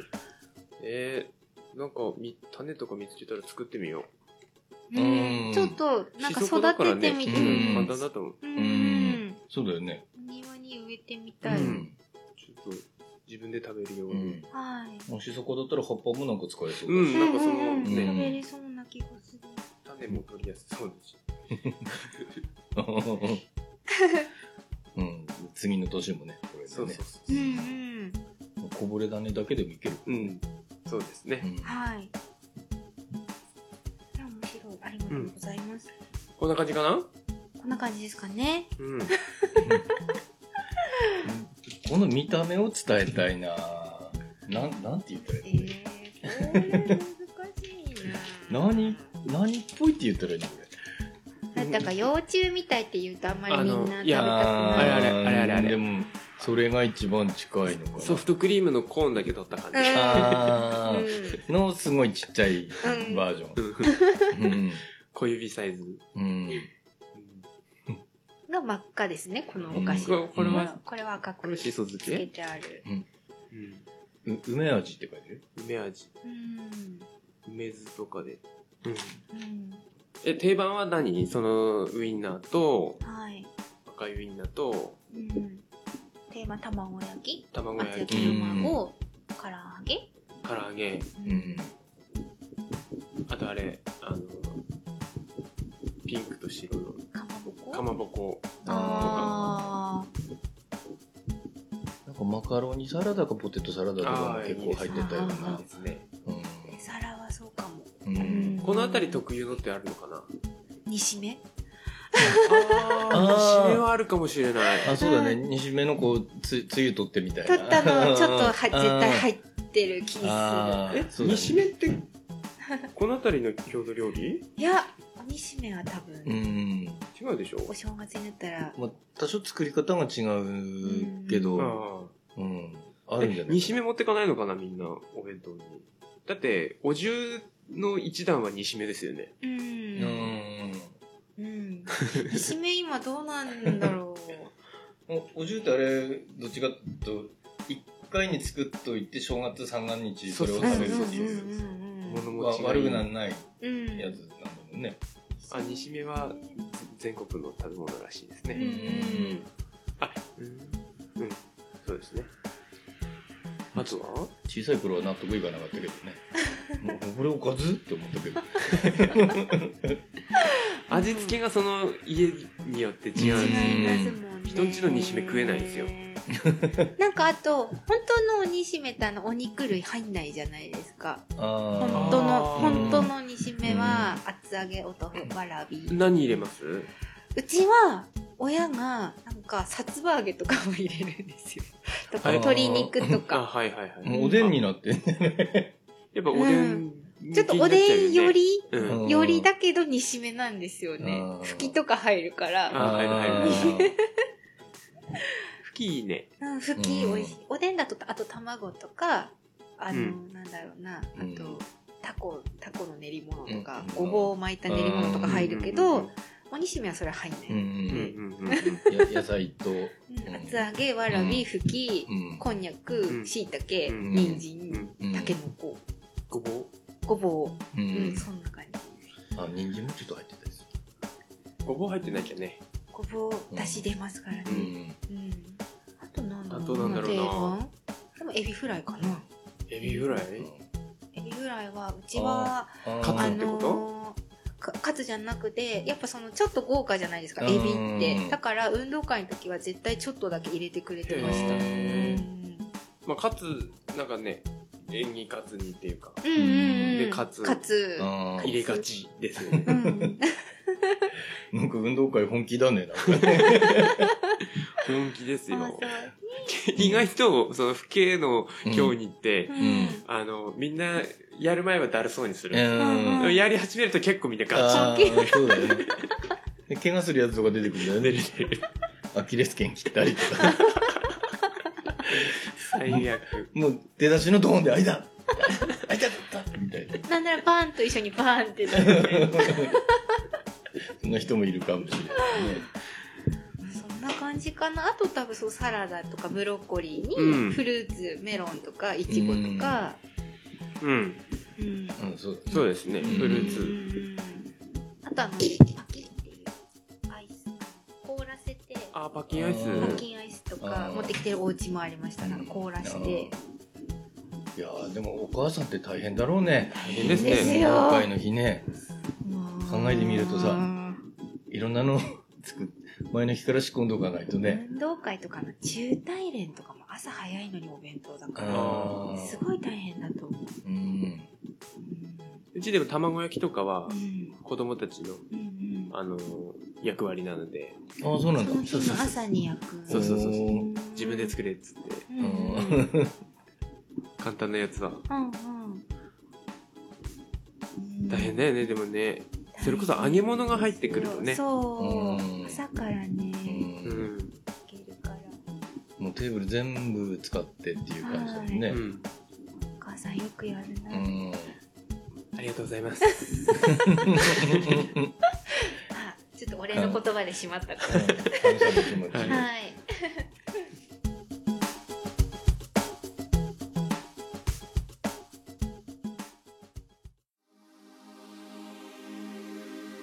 Speaker 2: えー、なんかみ、種とか見つけたら作ってみよ
Speaker 4: うん
Speaker 3: うんちょっと
Speaker 2: う。
Speaker 3: なんか
Speaker 2: シソ科だ
Speaker 3: 育
Speaker 2: ら
Speaker 3: て
Speaker 2: ね
Speaker 3: てみ
Speaker 2: き
Speaker 3: て
Speaker 2: っ
Speaker 3: み
Speaker 2: と
Speaker 3: たい。
Speaker 2: 簡単だと思う。
Speaker 3: う
Speaker 4: うんん。。そうだよね。
Speaker 3: お庭に植えてみたい。
Speaker 2: うんちょっと、自分で食べるよう
Speaker 4: う
Speaker 2: に
Speaker 4: ん。。
Speaker 3: はい。
Speaker 4: もしそこだったら葉っぱもなんか使えそう
Speaker 2: う
Speaker 4: だし
Speaker 2: ん、なんかその、
Speaker 3: うんうん
Speaker 2: ね、
Speaker 3: 食べれそうな気がする。
Speaker 2: 種も取りやすそうだし。
Speaker 4: うん、次の年もね、これでね。
Speaker 2: そうそうそうう。
Speaker 3: んうん。
Speaker 4: もうこぼれ種だけでもいける。
Speaker 2: うん。そうですね。
Speaker 4: うん
Speaker 3: はい。いや面白い。ありがとうございます。
Speaker 2: こんな感じかな
Speaker 3: こんな感じですかね。
Speaker 2: うん。
Speaker 4: この見た目を伝えたいななん、なんて言ったら
Speaker 3: え
Speaker 4: いいのこ
Speaker 3: ー、これ難しいな。
Speaker 4: 何れ何っぽいって言ったらいいのこ
Speaker 3: な
Speaker 4: れ。
Speaker 3: んだか幼虫みたいって言うとあんまりみんな食べたく
Speaker 2: いや
Speaker 4: あ
Speaker 2: あれ
Speaker 3: な
Speaker 2: あ
Speaker 3: い。
Speaker 2: れあれあれあれ
Speaker 4: でも、それが一番近いのかな。
Speaker 2: ソフトクリームのコーンだけ取った感じ。
Speaker 4: あ
Speaker 3: うん
Speaker 4: ーの、すごいちっちゃい
Speaker 3: うん
Speaker 4: バージョン。
Speaker 2: 小指サイズ。
Speaker 4: うん。うん。
Speaker 3: が真っ赤ですね、このお菓子。
Speaker 2: うんこれは
Speaker 3: うんこれは赤
Speaker 2: こ
Speaker 3: く
Speaker 2: れ
Speaker 3: つ
Speaker 2: シソ漬
Speaker 3: け
Speaker 2: け
Speaker 3: てある。
Speaker 2: うん。
Speaker 4: う梅味って書いてる
Speaker 2: 梅味。
Speaker 3: うん。
Speaker 2: 梅酢とかで。うん。
Speaker 3: うん。
Speaker 2: え、定番は何その、ウインナーと、
Speaker 3: はい。
Speaker 2: 赤いウインナーと、
Speaker 3: うん。テーマ卵焼き
Speaker 2: 卵
Speaker 3: 厚
Speaker 2: 焼
Speaker 3: 焼
Speaker 2: き、
Speaker 3: き卵、唐揚げ。
Speaker 2: 唐揚げ、
Speaker 4: うん。
Speaker 2: あとあれ、あの、ピンクと白の
Speaker 3: かまぼこ
Speaker 2: かまぼこ。
Speaker 3: あ
Speaker 4: なんかマカロニサラダかポテトサラダとかも結構入ってたよう
Speaker 3: あ
Speaker 4: な
Speaker 2: で。すね。
Speaker 3: ー皿はそうかも
Speaker 4: うんうん。
Speaker 2: この辺り特有のってあるのかな
Speaker 3: 西目
Speaker 2: あ
Speaker 4: あ
Speaker 2: ー
Speaker 4: ー
Speaker 2: 締めはあるかもしれない。
Speaker 4: あ、そうだね。煮しめのこう、つ、つゆ取ってみたいな。
Speaker 3: 取ったのちょっとは絶対入
Speaker 4: っ
Speaker 3: ってる気する
Speaker 4: あ
Speaker 2: え
Speaker 4: ー、そうだ
Speaker 2: 煮
Speaker 4: ね
Speaker 2: しめって、この辺りの郷土料理
Speaker 3: いやお西目は多分、
Speaker 4: うん。
Speaker 2: 違うでしょ
Speaker 3: お正月になったら
Speaker 4: まあ、多少作り方が違うけ
Speaker 2: あ
Speaker 4: ど、
Speaker 2: あ。
Speaker 4: うん。あるんじゃない
Speaker 2: 煮しめ持ってかないのかな、みんな、お弁当に。だって、お重の一段は煮しめですよね。
Speaker 3: う
Speaker 4: うんん。
Speaker 3: うん西目今どうなんだろう
Speaker 4: お、お重ってあれ、どっちかというと、一回に作っといて、正月三が日、それを
Speaker 2: そう
Speaker 3: うんうん
Speaker 4: 食べ
Speaker 3: う
Speaker 4: る
Speaker 3: ん
Speaker 4: っていう。
Speaker 3: うん
Speaker 2: 物
Speaker 4: わ
Speaker 2: 持ちがい
Speaker 4: 悪
Speaker 2: い。
Speaker 4: くなんない
Speaker 3: うん
Speaker 4: やつなんだもんね。
Speaker 2: あ、煮しめは全国の食べ物らしいです
Speaker 3: う
Speaker 2: ね
Speaker 3: んう。ん
Speaker 2: あ、うん。うん。そうですね。あとは
Speaker 4: 小さい頃は納得いかなかったけど ね。もうこれおかずって思ったけど。
Speaker 2: 味付けがその家によって違うんですよ
Speaker 3: 違い
Speaker 2: ね。
Speaker 3: ますもんね
Speaker 2: 人んちの煮しめ食えないですよ
Speaker 3: なんかあと本当のお煮しめってあのお肉類入んないじゃないですか
Speaker 4: あー
Speaker 3: 本当の
Speaker 2: あー
Speaker 3: 本当の煮しめは厚揚げお豆腐わらび
Speaker 2: 何入れます
Speaker 3: うちは親がなんかさつま揚げとかも入れるんです よとか
Speaker 4: はい
Speaker 3: 鶏肉と
Speaker 2: あ、
Speaker 3: か
Speaker 2: はいはいはい。
Speaker 4: もうおでんになってんね。
Speaker 2: やっぱおでんに
Speaker 3: ちょ
Speaker 2: な
Speaker 3: っ
Speaker 2: ちゃ
Speaker 3: と
Speaker 2: うよね、
Speaker 3: おでんより
Speaker 2: うん。
Speaker 3: よりだけど煮しめなんですよね
Speaker 4: うん
Speaker 3: ふきとか入るか
Speaker 2: あ
Speaker 3: ら
Speaker 2: 入る入る
Speaker 4: あー
Speaker 2: ふきいいね。
Speaker 3: うんふき
Speaker 4: うん
Speaker 3: おいしいおでんだとあと卵とかあの、
Speaker 2: うん
Speaker 3: なんだろうなあ
Speaker 4: うん
Speaker 3: と、タコタコの練り物とか、
Speaker 4: うん
Speaker 3: ごぼうを巻いた練り物とか入るけど、おにしめはそれ入んない、
Speaker 4: う
Speaker 2: うんうん
Speaker 4: ん
Speaker 2: うんうんうん。
Speaker 4: や野菜と、
Speaker 3: うん厚揚げわらびふき、
Speaker 4: うん
Speaker 3: こんにゃ
Speaker 2: う
Speaker 3: く
Speaker 2: ん
Speaker 3: しいたけ
Speaker 2: うん
Speaker 3: 人参
Speaker 4: うん
Speaker 3: たけのこ
Speaker 2: ごぼう
Speaker 3: ごぼう、
Speaker 4: う
Speaker 3: うん
Speaker 4: ん
Speaker 3: そんな感じ
Speaker 4: あ人参もちょっと入ってたです
Speaker 2: ごぼう入ってないじゃね。
Speaker 3: ごぼうだし出ますからね、
Speaker 4: う
Speaker 3: うん
Speaker 4: ん
Speaker 3: あとなんだろう
Speaker 2: あとなんだろうな
Speaker 3: 定番でもエビフライかな
Speaker 2: エビフライ
Speaker 3: エビフライはうちは
Speaker 4: あ
Speaker 2: カツ
Speaker 3: あ
Speaker 2: ってこと
Speaker 3: のーかカツじゃなくてやっぱそのちょっと豪華じゃないですか
Speaker 4: う
Speaker 3: エ
Speaker 4: ん
Speaker 3: ビってだから運動会の時は絶対ちょっとだけ入れてくれてました
Speaker 2: へー
Speaker 3: うん
Speaker 2: まあ、かつ、なんかね、演技担ぎっていうか、
Speaker 3: うんうんうん。
Speaker 2: でカツ
Speaker 3: カツ。
Speaker 4: あ
Speaker 2: 入れがちですよね。
Speaker 3: うん。
Speaker 4: ーなんか運動会本気だね。なんか
Speaker 2: 本気です
Speaker 3: あ
Speaker 2: よ。意外と、その、不敬の競技って、
Speaker 3: そう。
Speaker 4: ん
Speaker 2: あの、みんな、やる前はだるそうにす
Speaker 4: う
Speaker 2: る。
Speaker 4: ん。
Speaker 3: う
Speaker 4: あ
Speaker 3: ん
Speaker 2: やり始めると結構みんなガチ
Speaker 4: あー、そうだよね。で怪我するやつとか出てくるんだよ
Speaker 2: ッ出
Speaker 4: ね。
Speaker 2: る出る。
Speaker 4: アキレス腱切ったりとか。
Speaker 2: 最悪。
Speaker 4: もう出だしのドーンで、あ いたあいたあいたみたいな。
Speaker 3: なんならバーンと一緒にバーンってなる。
Speaker 4: そんな人もいるかもしれないね。
Speaker 3: そんな感じかな。あと多分そうサラダとかブロッコリー
Speaker 2: うん
Speaker 3: にフルーツ、メロンとかイチゴとか。
Speaker 2: うん。
Speaker 3: うん。
Speaker 4: うん、そう
Speaker 2: そうですね。フルーツ。
Speaker 3: ーツ。あとあの、パキっていうアイス。凍らせて。
Speaker 2: あー、パッキンアイス。
Speaker 4: う
Speaker 3: パ
Speaker 4: ん
Speaker 3: ッキンアイスとか
Speaker 4: うん
Speaker 3: 持ってきてるお家もありました。なんか凍らして。
Speaker 4: いやーでもお母さんって大変だろうね。
Speaker 2: 大変です
Speaker 3: です
Speaker 2: ね。
Speaker 3: よ
Speaker 4: 今回の日ね、
Speaker 3: うん
Speaker 4: 考えてみるとさ
Speaker 3: うん
Speaker 4: いろんなの作っ前の日から仕込んでおかないとね。
Speaker 3: 運動会とかの中大連とかも朝早いのにお弁当だか
Speaker 4: あ
Speaker 3: ら、
Speaker 4: ー
Speaker 3: すごい大変だと思う。
Speaker 4: うん。
Speaker 2: うちでも卵焼きとかは
Speaker 3: う、ん
Speaker 2: 子供たちの、
Speaker 3: うんうん
Speaker 2: あの、役割なので、
Speaker 4: ああ、そうなんだ
Speaker 3: そ。の日の朝に焼く。
Speaker 2: そうそうそうそう
Speaker 4: おー
Speaker 2: 自分で作れっつって、
Speaker 3: る。う
Speaker 4: うん
Speaker 3: うんうん
Speaker 4: ん。
Speaker 2: 簡単なやつは。
Speaker 3: うん
Speaker 2: 大変だよね、でもね。それこそ揚げ物が入ってくるとね
Speaker 3: そうう。
Speaker 4: ん
Speaker 3: 朝から
Speaker 4: う
Speaker 3: ね、
Speaker 2: うんん。
Speaker 3: いけるから。
Speaker 4: もうテーブル全部使ってっていう感じだもん
Speaker 2: う
Speaker 4: ね。
Speaker 2: ん。
Speaker 3: お母さんよくやる
Speaker 4: う
Speaker 3: な。
Speaker 4: ん。
Speaker 2: ありがとうございます。
Speaker 3: あ、ちょっとお礼の言葉でしまったか
Speaker 4: 感謝の気持ち。
Speaker 2: は
Speaker 3: ら。はい。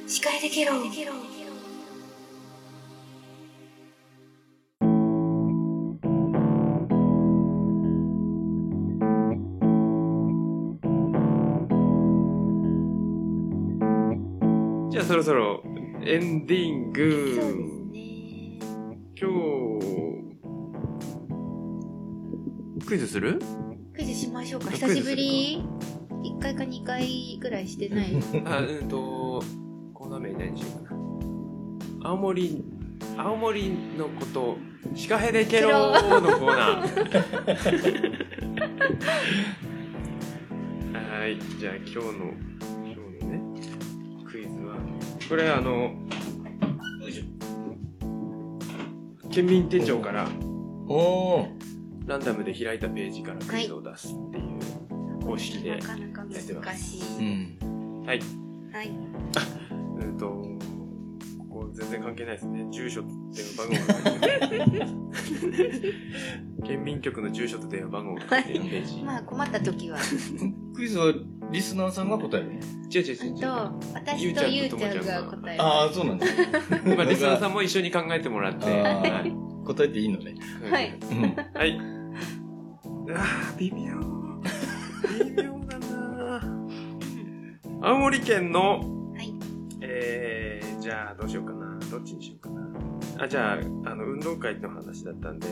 Speaker 1: 司会できろ
Speaker 2: じゃあそろそろエンディン
Speaker 3: そうで
Speaker 2: グ。
Speaker 3: すね。
Speaker 2: 今日、クイズする
Speaker 3: クイズしましょうか。
Speaker 2: クイ
Speaker 3: 久
Speaker 2: ズす
Speaker 3: し
Speaker 2: るか
Speaker 3: ぶり。一回か二回ぐらいしてない。
Speaker 2: あ、うんと、コーナー名何にしようかな。青森、青森のこと、シカヘデケローのコーナー。はい、じゃあ今日の、今日のね、クイズは、これあの、県民手帳から
Speaker 4: おー。
Speaker 2: ランダムで開いたページからクイズを出すっていう公式で
Speaker 3: な、かなか難しい。
Speaker 4: うん。
Speaker 2: はい、
Speaker 3: はい。
Speaker 2: うんと、ここ全然関係ないですね。住所と電話番号が。 県民局の住所と電話番号が書いてるページ。
Speaker 3: まあ困った時は。
Speaker 4: クイズはリスナーさんが答える
Speaker 2: 違う違う違う違
Speaker 3: あと私とゆうちゃんが答える。
Speaker 4: ああ、そうなんだ。
Speaker 2: う。今、リスナーさんも一緒に考えてもらって。
Speaker 4: あー
Speaker 2: はい。
Speaker 4: 答えていいのね。
Speaker 3: はい
Speaker 4: うん。
Speaker 2: はい。あー、微妙。微妙だな青森県の、
Speaker 3: はい
Speaker 2: えー、じゃあどうしようかな。どっちにしようかな。あ、じゃあ、あの、運動会の話だったんで、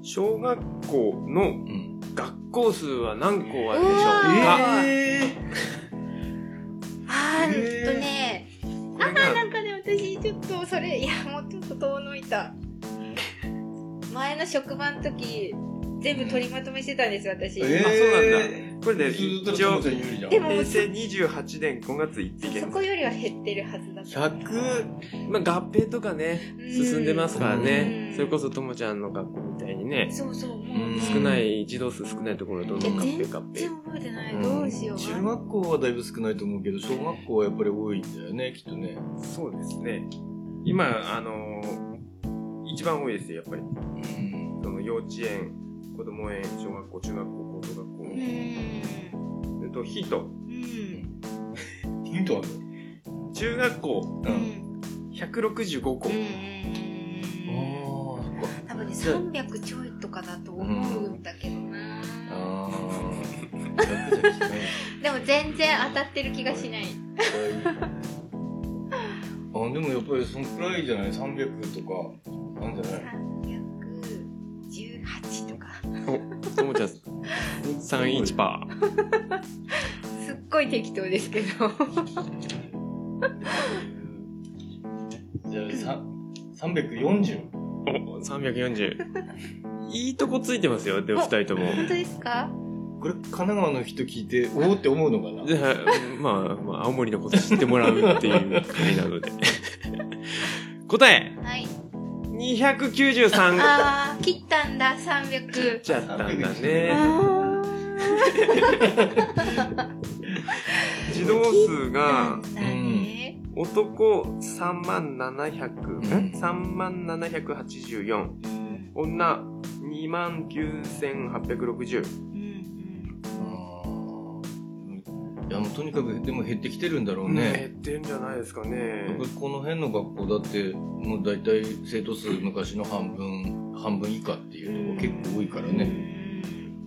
Speaker 2: 小学校の
Speaker 4: うん。
Speaker 2: 学校数は何校あるでしょうか、
Speaker 4: えー
Speaker 3: あー
Speaker 4: えー
Speaker 3: えっとね。
Speaker 2: こ
Speaker 3: あ
Speaker 2: れ
Speaker 3: ー
Speaker 2: が
Speaker 3: なんかね私ちょっとそれいやもうちょっと遠のいた。前の職場の時全部取りまとめしてたんです私。
Speaker 4: えー。
Speaker 2: あそうなんだ
Speaker 4: ん
Speaker 2: これで、
Speaker 4: ずーっと
Speaker 2: 一
Speaker 4: 友
Speaker 2: 応
Speaker 4: ちゃ、ん有利じゃん。
Speaker 3: でも
Speaker 2: 平成28年5月1日
Speaker 3: そ
Speaker 2: 現
Speaker 3: こ
Speaker 2: 在。
Speaker 3: よりは減ってるはずだった。
Speaker 4: 100
Speaker 2: まあ、合併とかね、
Speaker 3: うん
Speaker 2: 進んでますからね
Speaker 3: う。ん
Speaker 2: それこそともちゃんの学校みたいにね、
Speaker 3: そうそうもうね。
Speaker 2: 少ない、児童数少ないところはどんどん合
Speaker 3: え
Speaker 2: 併合
Speaker 3: 全然
Speaker 2: 併。
Speaker 3: 覚えてない。どうしよう。
Speaker 4: 中学校はだいぶ少ないと思うけど、小学校はやっぱり多いんだよね、きっとね。
Speaker 2: そうですね。今、あのー一番多いですよ、やっぱり。
Speaker 4: うん。
Speaker 2: その幼稚園、子供園、小学校、中学校、高等学校。
Speaker 3: うーん。
Speaker 2: えっと、ヒント。
Speaker 3: うん。
Speaker 4: ヒントある
Speaker 2: 中学校、
Speaker 3: う
Speaker 4: うんん。
Speaker 2: 165校
Speaker 3: う。ん
Speaker 4: ああ、そっか。
Speaker 3: 多分ね300ちょいとかだと思うんだけどな、
Speaker 4: ああ。100じゃ聞かない
Speaker 3: でも全然当たってる気がしない
Speaker 4: あでもやっぱりそのくらいじゃない300と かなんじゃない
Speaker 3: 318とか
Speaker 2: ともちゃん、 31パー。
Speaker 3: すっごい適当ですけど。
Speaker 4: じゃあさ、340。
Speaker 2: お、340。いいとこついてますよ、でも
Speaker 3: お
Speaker 2: 二人とも。
Speaker 3: 本当ですか
Speaker 4: これ、神奈川の人聞いて、おおって思うのかな
Speaker 2: でまあ、まあ、青森のこと知ってもらうっていう回なので。答え
Speaker 3: はい。
Speaker 2: !293!
Speaker 3: あー、切ったんだ、300。
Speaker 2: ちゃったんだ
Speaker 3: あ
Speaker 2: ね。
Speaker 3: ー
Speaker 2: 児童数
Speaker 3: な
Speaker 2: が
Speaker 3: ん、だね。
Speaker 2: 男3万700、
Speaker 4: うん
Speaker 2: 3万784。
Speaker 3: うん。
Speaker 2: 女2万9860。
Speaker 3: うん。
Speaker 4: いや、もうとにかく、でも減ってきてるんだろう
Speaker 2: 減
Speaker 4: ね。
Speaker 2: ってんじゃないですか
Speaker 4: やっ
Speaker 2: ね
Speaker 4: ぱ。りこの辺の学校だって、もう大体生徒数昔の半分、半分以下っていうとこ結構多いから
Speaker 3: う
Speaker 4: ね。
Speaker 3: ん。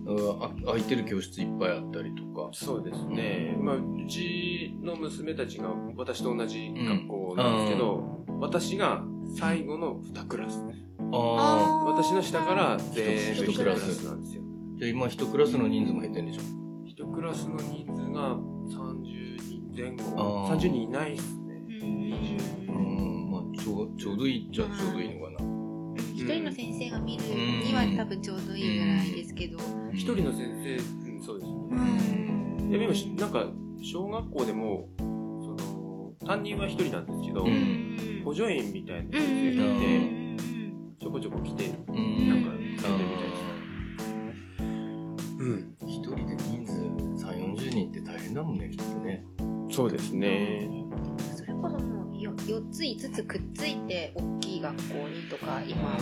Speaker 4: だからあ空いてる教室いっぱいあったりとか。
Speaker 2: そうですね。まあ、うちの娘たちが私と同じ学校なんですけど、私が最後の2クラス。
Speaker 4: ああ。
Speaker 2: 私の下から全部
Speaker 4: 一
Speaker 2: 1
Speaker 4: ク
Speaker 2: ク
Speaker 4: ラ
Speaker 2: ラ
Speaker 4: ス
Speaker 2: スなんですよ。
Speaker 4: じゃあ今一クラスの人数も減ってんでしょ
Speaker 2: 1クラスの人数が30人前後。
Speaker 4: あー
Speaker 2: 30人いないですね。
Speaker 4: う
Speaker 3: うん
Speaker 4: ん、まあちょうちょうどいいっちゃちょうどいいのかな。
Speaker 3: 一人の先生が見るには多分ちょうどいいぐらいですけど。
Speaker 2: 1人の先生、うん、そうですね。
Speaker 3: うん
Speaker 2: でもなんか小学校でもその担任は一人なんですけど、
Speaker 4: うん
Speaker 2: 補助員みたいな
Speaker 3: う
Speaker 2: 先生がいて、
Speaker 3: ん。
Speaker 2: ちょこちょこ来てな
Speaker 4: う
Speaker 2: んんか
Speaker 4: あ
Speaker 2: やってるみたいです、うん
Speaker 4: ー一人で人数3、40人って大変だもんね、きっとね。
Speaker 2: そうですね
Speaker 3: それこそもうよ4つ5つくっついて大きい学校にとか今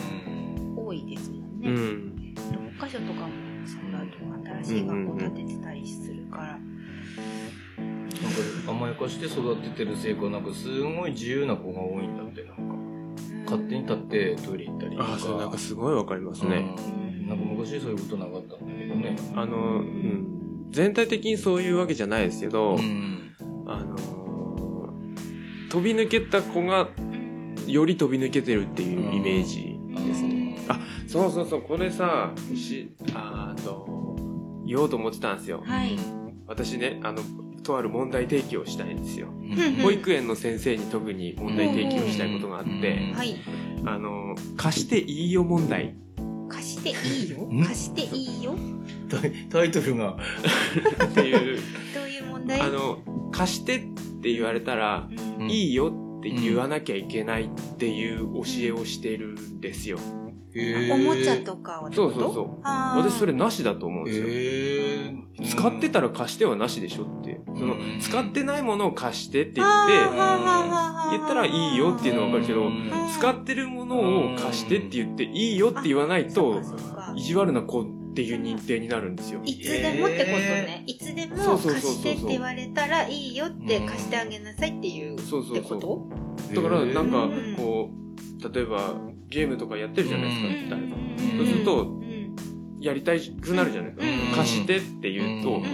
Speaker 3: 多いですもんね。
Speaker 2: うん、
Speaker 3: 6か所とかもそうだと新しい学校建ててたりするから。
Speaker 4: なんか甘やかして育ててるせいか、なんかすごい自由な子が多いんだって、なんか。勝手に立ってトイレ行ったりとか。
Speaker 2: ああそれなんかすごいわかりますね、
Speaker 4: うんなんか昔そういうことなかったんだけどね。
Speaker 2: あの、うん、全体的にそういうわけじゃないですけど、
Speaker 4: ん。
Speaker 2: あのー飛び抜けた子がより飛び抜けてるっていうイメージ、
Speaker 4: ですね。
Speaker 2: あそうそうそうこれさしあーと言おうと思ってたんですよ、
Speaker 3: はい。
Speaker 2: 私ねあのとある問題提起をしたいんですよ、
Speaker 3: うん
Speaker 2: 保育園の先生に特に問題提起をしたいことがあって、
Speaker 3: はい。
Speaker 2: あの貸していいよ問題
Speaker 3: 貸していいよ
Speaker 4: ん
Speaker 3: 貸していいよ
Speaker 4: タイタイトルが。
Speaker 2: っていう
Speaker 3: どういう問題
Speaker 2: あの貸してって言われたら、
Speaker 3: うん
Speaker 2: いいよって言わなきゃいけないっていう教えをしてるんですよ、
Speaker 4: へー
Speaker 3: おもちゃとかはって
Speaker 2: そ
Speaker 3: こ
Speaker 2: う
Speaker 3: と
Speaker 2: そうそう
Speaker 3: あー
Speaker 2: 私それなしだと思うんですよ、
Speaker 4: えー
Speaker 2: 使ってたら貸してはなしでしょってその
Speaker 4: うん
Speaker 2: 使ってないものを貸してって言
Speaker 3: あー
Speaker 2: って
Speaker 3: はーはーはーはー
Speaker 2: 言ったらいいよっていうのはわかるけど
Speaker 4: うん
Speaker 2: 使ってるものを貸してって言っていいよって言わないと
Speaker 3: そっかそっか
Speaker 2: 意地悪な子っていう認定になるんですよ。
Speaker 3: いつでもってことね、いつでも
Speaker 2: そうそうそうそう
Speaker 3: 貸してって言われたらいいよって貸してあげなさいっていうってこ
Speaker 2: そう
Speaker 3: と
Speaker 2: そうそう。だからなんか
Speaker 3: うん
Speaker 2: こう例えばゲームとかやってるじゃないですか。誰か
Speaker 4: そうす
Speaker 2: ると
Speaker 3: うん
Speaker 2: やりたくなるじゃないです
Speaker 3: うん
Speaker 2: か。貸してって言う
Speaker 4: う
Speaker 2: と
Speaker 4: ん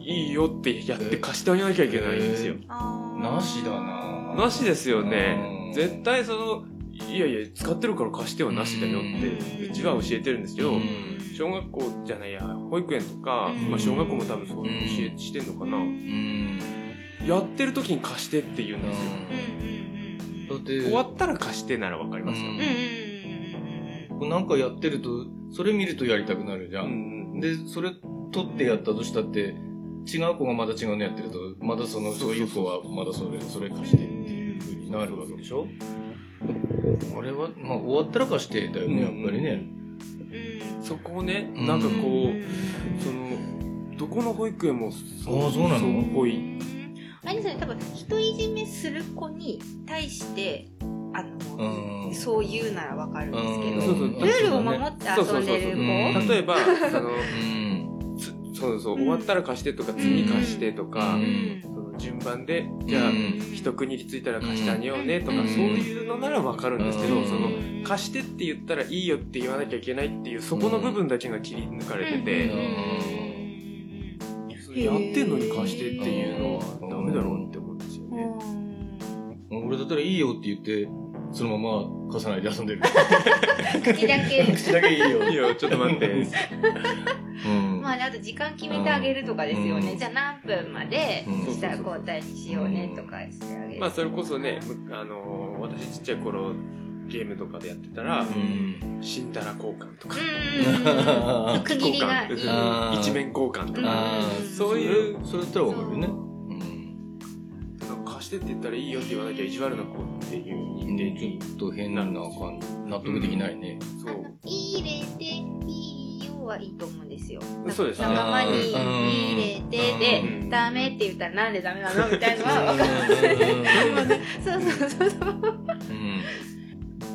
Speaker 2: いいよってやって貸してあげなきゃいけないんですよ
Speaker 4: へ。
Speaker 3: あー
Speaker 4: なしだな
Speaker 2: なしですよ
Speaker 4: う
Speaker 2: ね
Speaker 4: ん。
Speaker 2: 絶対そのいやいや使ってるから貸してはなしだよって
Speaker 3: うん
Speaker 2: うちは教えてるんですけど
Speaker 4: うん。
Speaker 2: 小学校じゃないや保育園とか、
Speaker 3: うん
Speaker 2: まあ、小学校も多分そういう教えしてんのかな、
Speaker 4: うん
Speaker 2: やってる時に貸してって言うんですよ、
Speaker 4: だって
Speaker 2: 終わったら貸してならわかりますよ、
Speaker 4: う
Speaker 2: うんん
Speaker 4: こうなんかやってるとそれ見るとやりたくなるじゃ、
Speaker 2: うんん、
Speaker 4: でそれ取ってやったとしたって違う子がまた違うのやってるとまだそのそういう子はまだそれそれ貸してっていうふうになるわけでしょあれは、まあ、終わったら貸してだよねやっぱりね、
Speaker 2: そこをねなんかこう、そのどこの保育園もそ
Speaker 4: あーそうなの
Speaker 2: っぽい
Speaker 3: あれですよね多分人いじめする子に対してあの、
Speaker 4: うん
Speaker 3: そう言うならわかるんですけ
Speaker 2: ん
Speaker 3: ど、
Speaker 2: そうそう
Speaker 4: ル
Speaker 3: ルールを守って
Speaker 2: そうそうんそ
Speaker 3: 遊
Speaker 2: う
Speaker 3: で
Speaker 2: そう
Speaker 3: る
Speaker 4: うん
Speaker 3: 子
Speaker 2: 例えばその
Speaker 4: うん
Speaker 2: つそうそう
Speaker 3: うん
Speaker 2: 終わったら貸してとか次貸してとか、
Speaker 4: うん
Speaker 2: その順番でじゃあ、
Speaker 4: うん
Speaker 2: 一区切りついたら貸してあげようねとか、
Speaker 4: うん
Speaker 2: そういうのならわかるんですけど、
Speaker 4: うん
Speaker 2: その貸してって言ったらいいよって言わなきゃいけないっていうそこの部分だけが切り抜かれて
Speaker 3: うん
Speaker 2: て、
Speaker 3: ん
Speaker 2: やってんのに貸してっていうのはダメだろうって思うんですよね。
Speaker 4: 俺だったらいいよって言って、そのまま貸さないで遊んでる。
Speaker 3: 口だけ
Speaker 4: 口だけいいよ。
Speaker 2: いいよちょっと待って
Speaker 4: うん。
Speaker 3: ままあね、あと時間決めてあげるとかですよね。
Speaker 4: うん
Speaker 3: じゃあ何分まで
Speaker 4: うん
Speaker 3: したら交代にしようねとかしてあげる。
Speaker 2: まあそれこそね、むあのー私ちっちゃい頃ゲームとかでやってたら、
Speaker 4: うん
Speaker 2: 死んだら交換とか、
Speaker 3: うん。区切りがいい。
Speaker 2: 交
Speaker 3: う
Speaker 2: 換
Speaker 4: あー
Speaker 2: 一面交換とか、
Speaker 4: ああ、
Speaker 2: そういう
Speaker 4: それそれやったらわかるよね。
Speaker 3: そう
Speaker 4: うん。
Speaker 2: 貸してって言ったらいいよって言わなきゃ意地悪な子っていう人間
Speaker 4: で、
Speaker 2: に、
Speaker 4: ちょっと変な感じ。納得できないね。
Speaker 2: そう
Speaker 3: 入れて、いいよはいいと思うんですよ。
Speaker 2: そうですね
Speaker 3: 仲間に
Speaker 4: あー
Speaker 3: 入れて、
Speaker 4: う
Speaker 3: で、
Speaker 2: ん
Speaker 3: ダメって言ったらなんでダメなのみたいなのはわ
Speaker 4: うん
Speaker 3: かる。そうそうそうそう。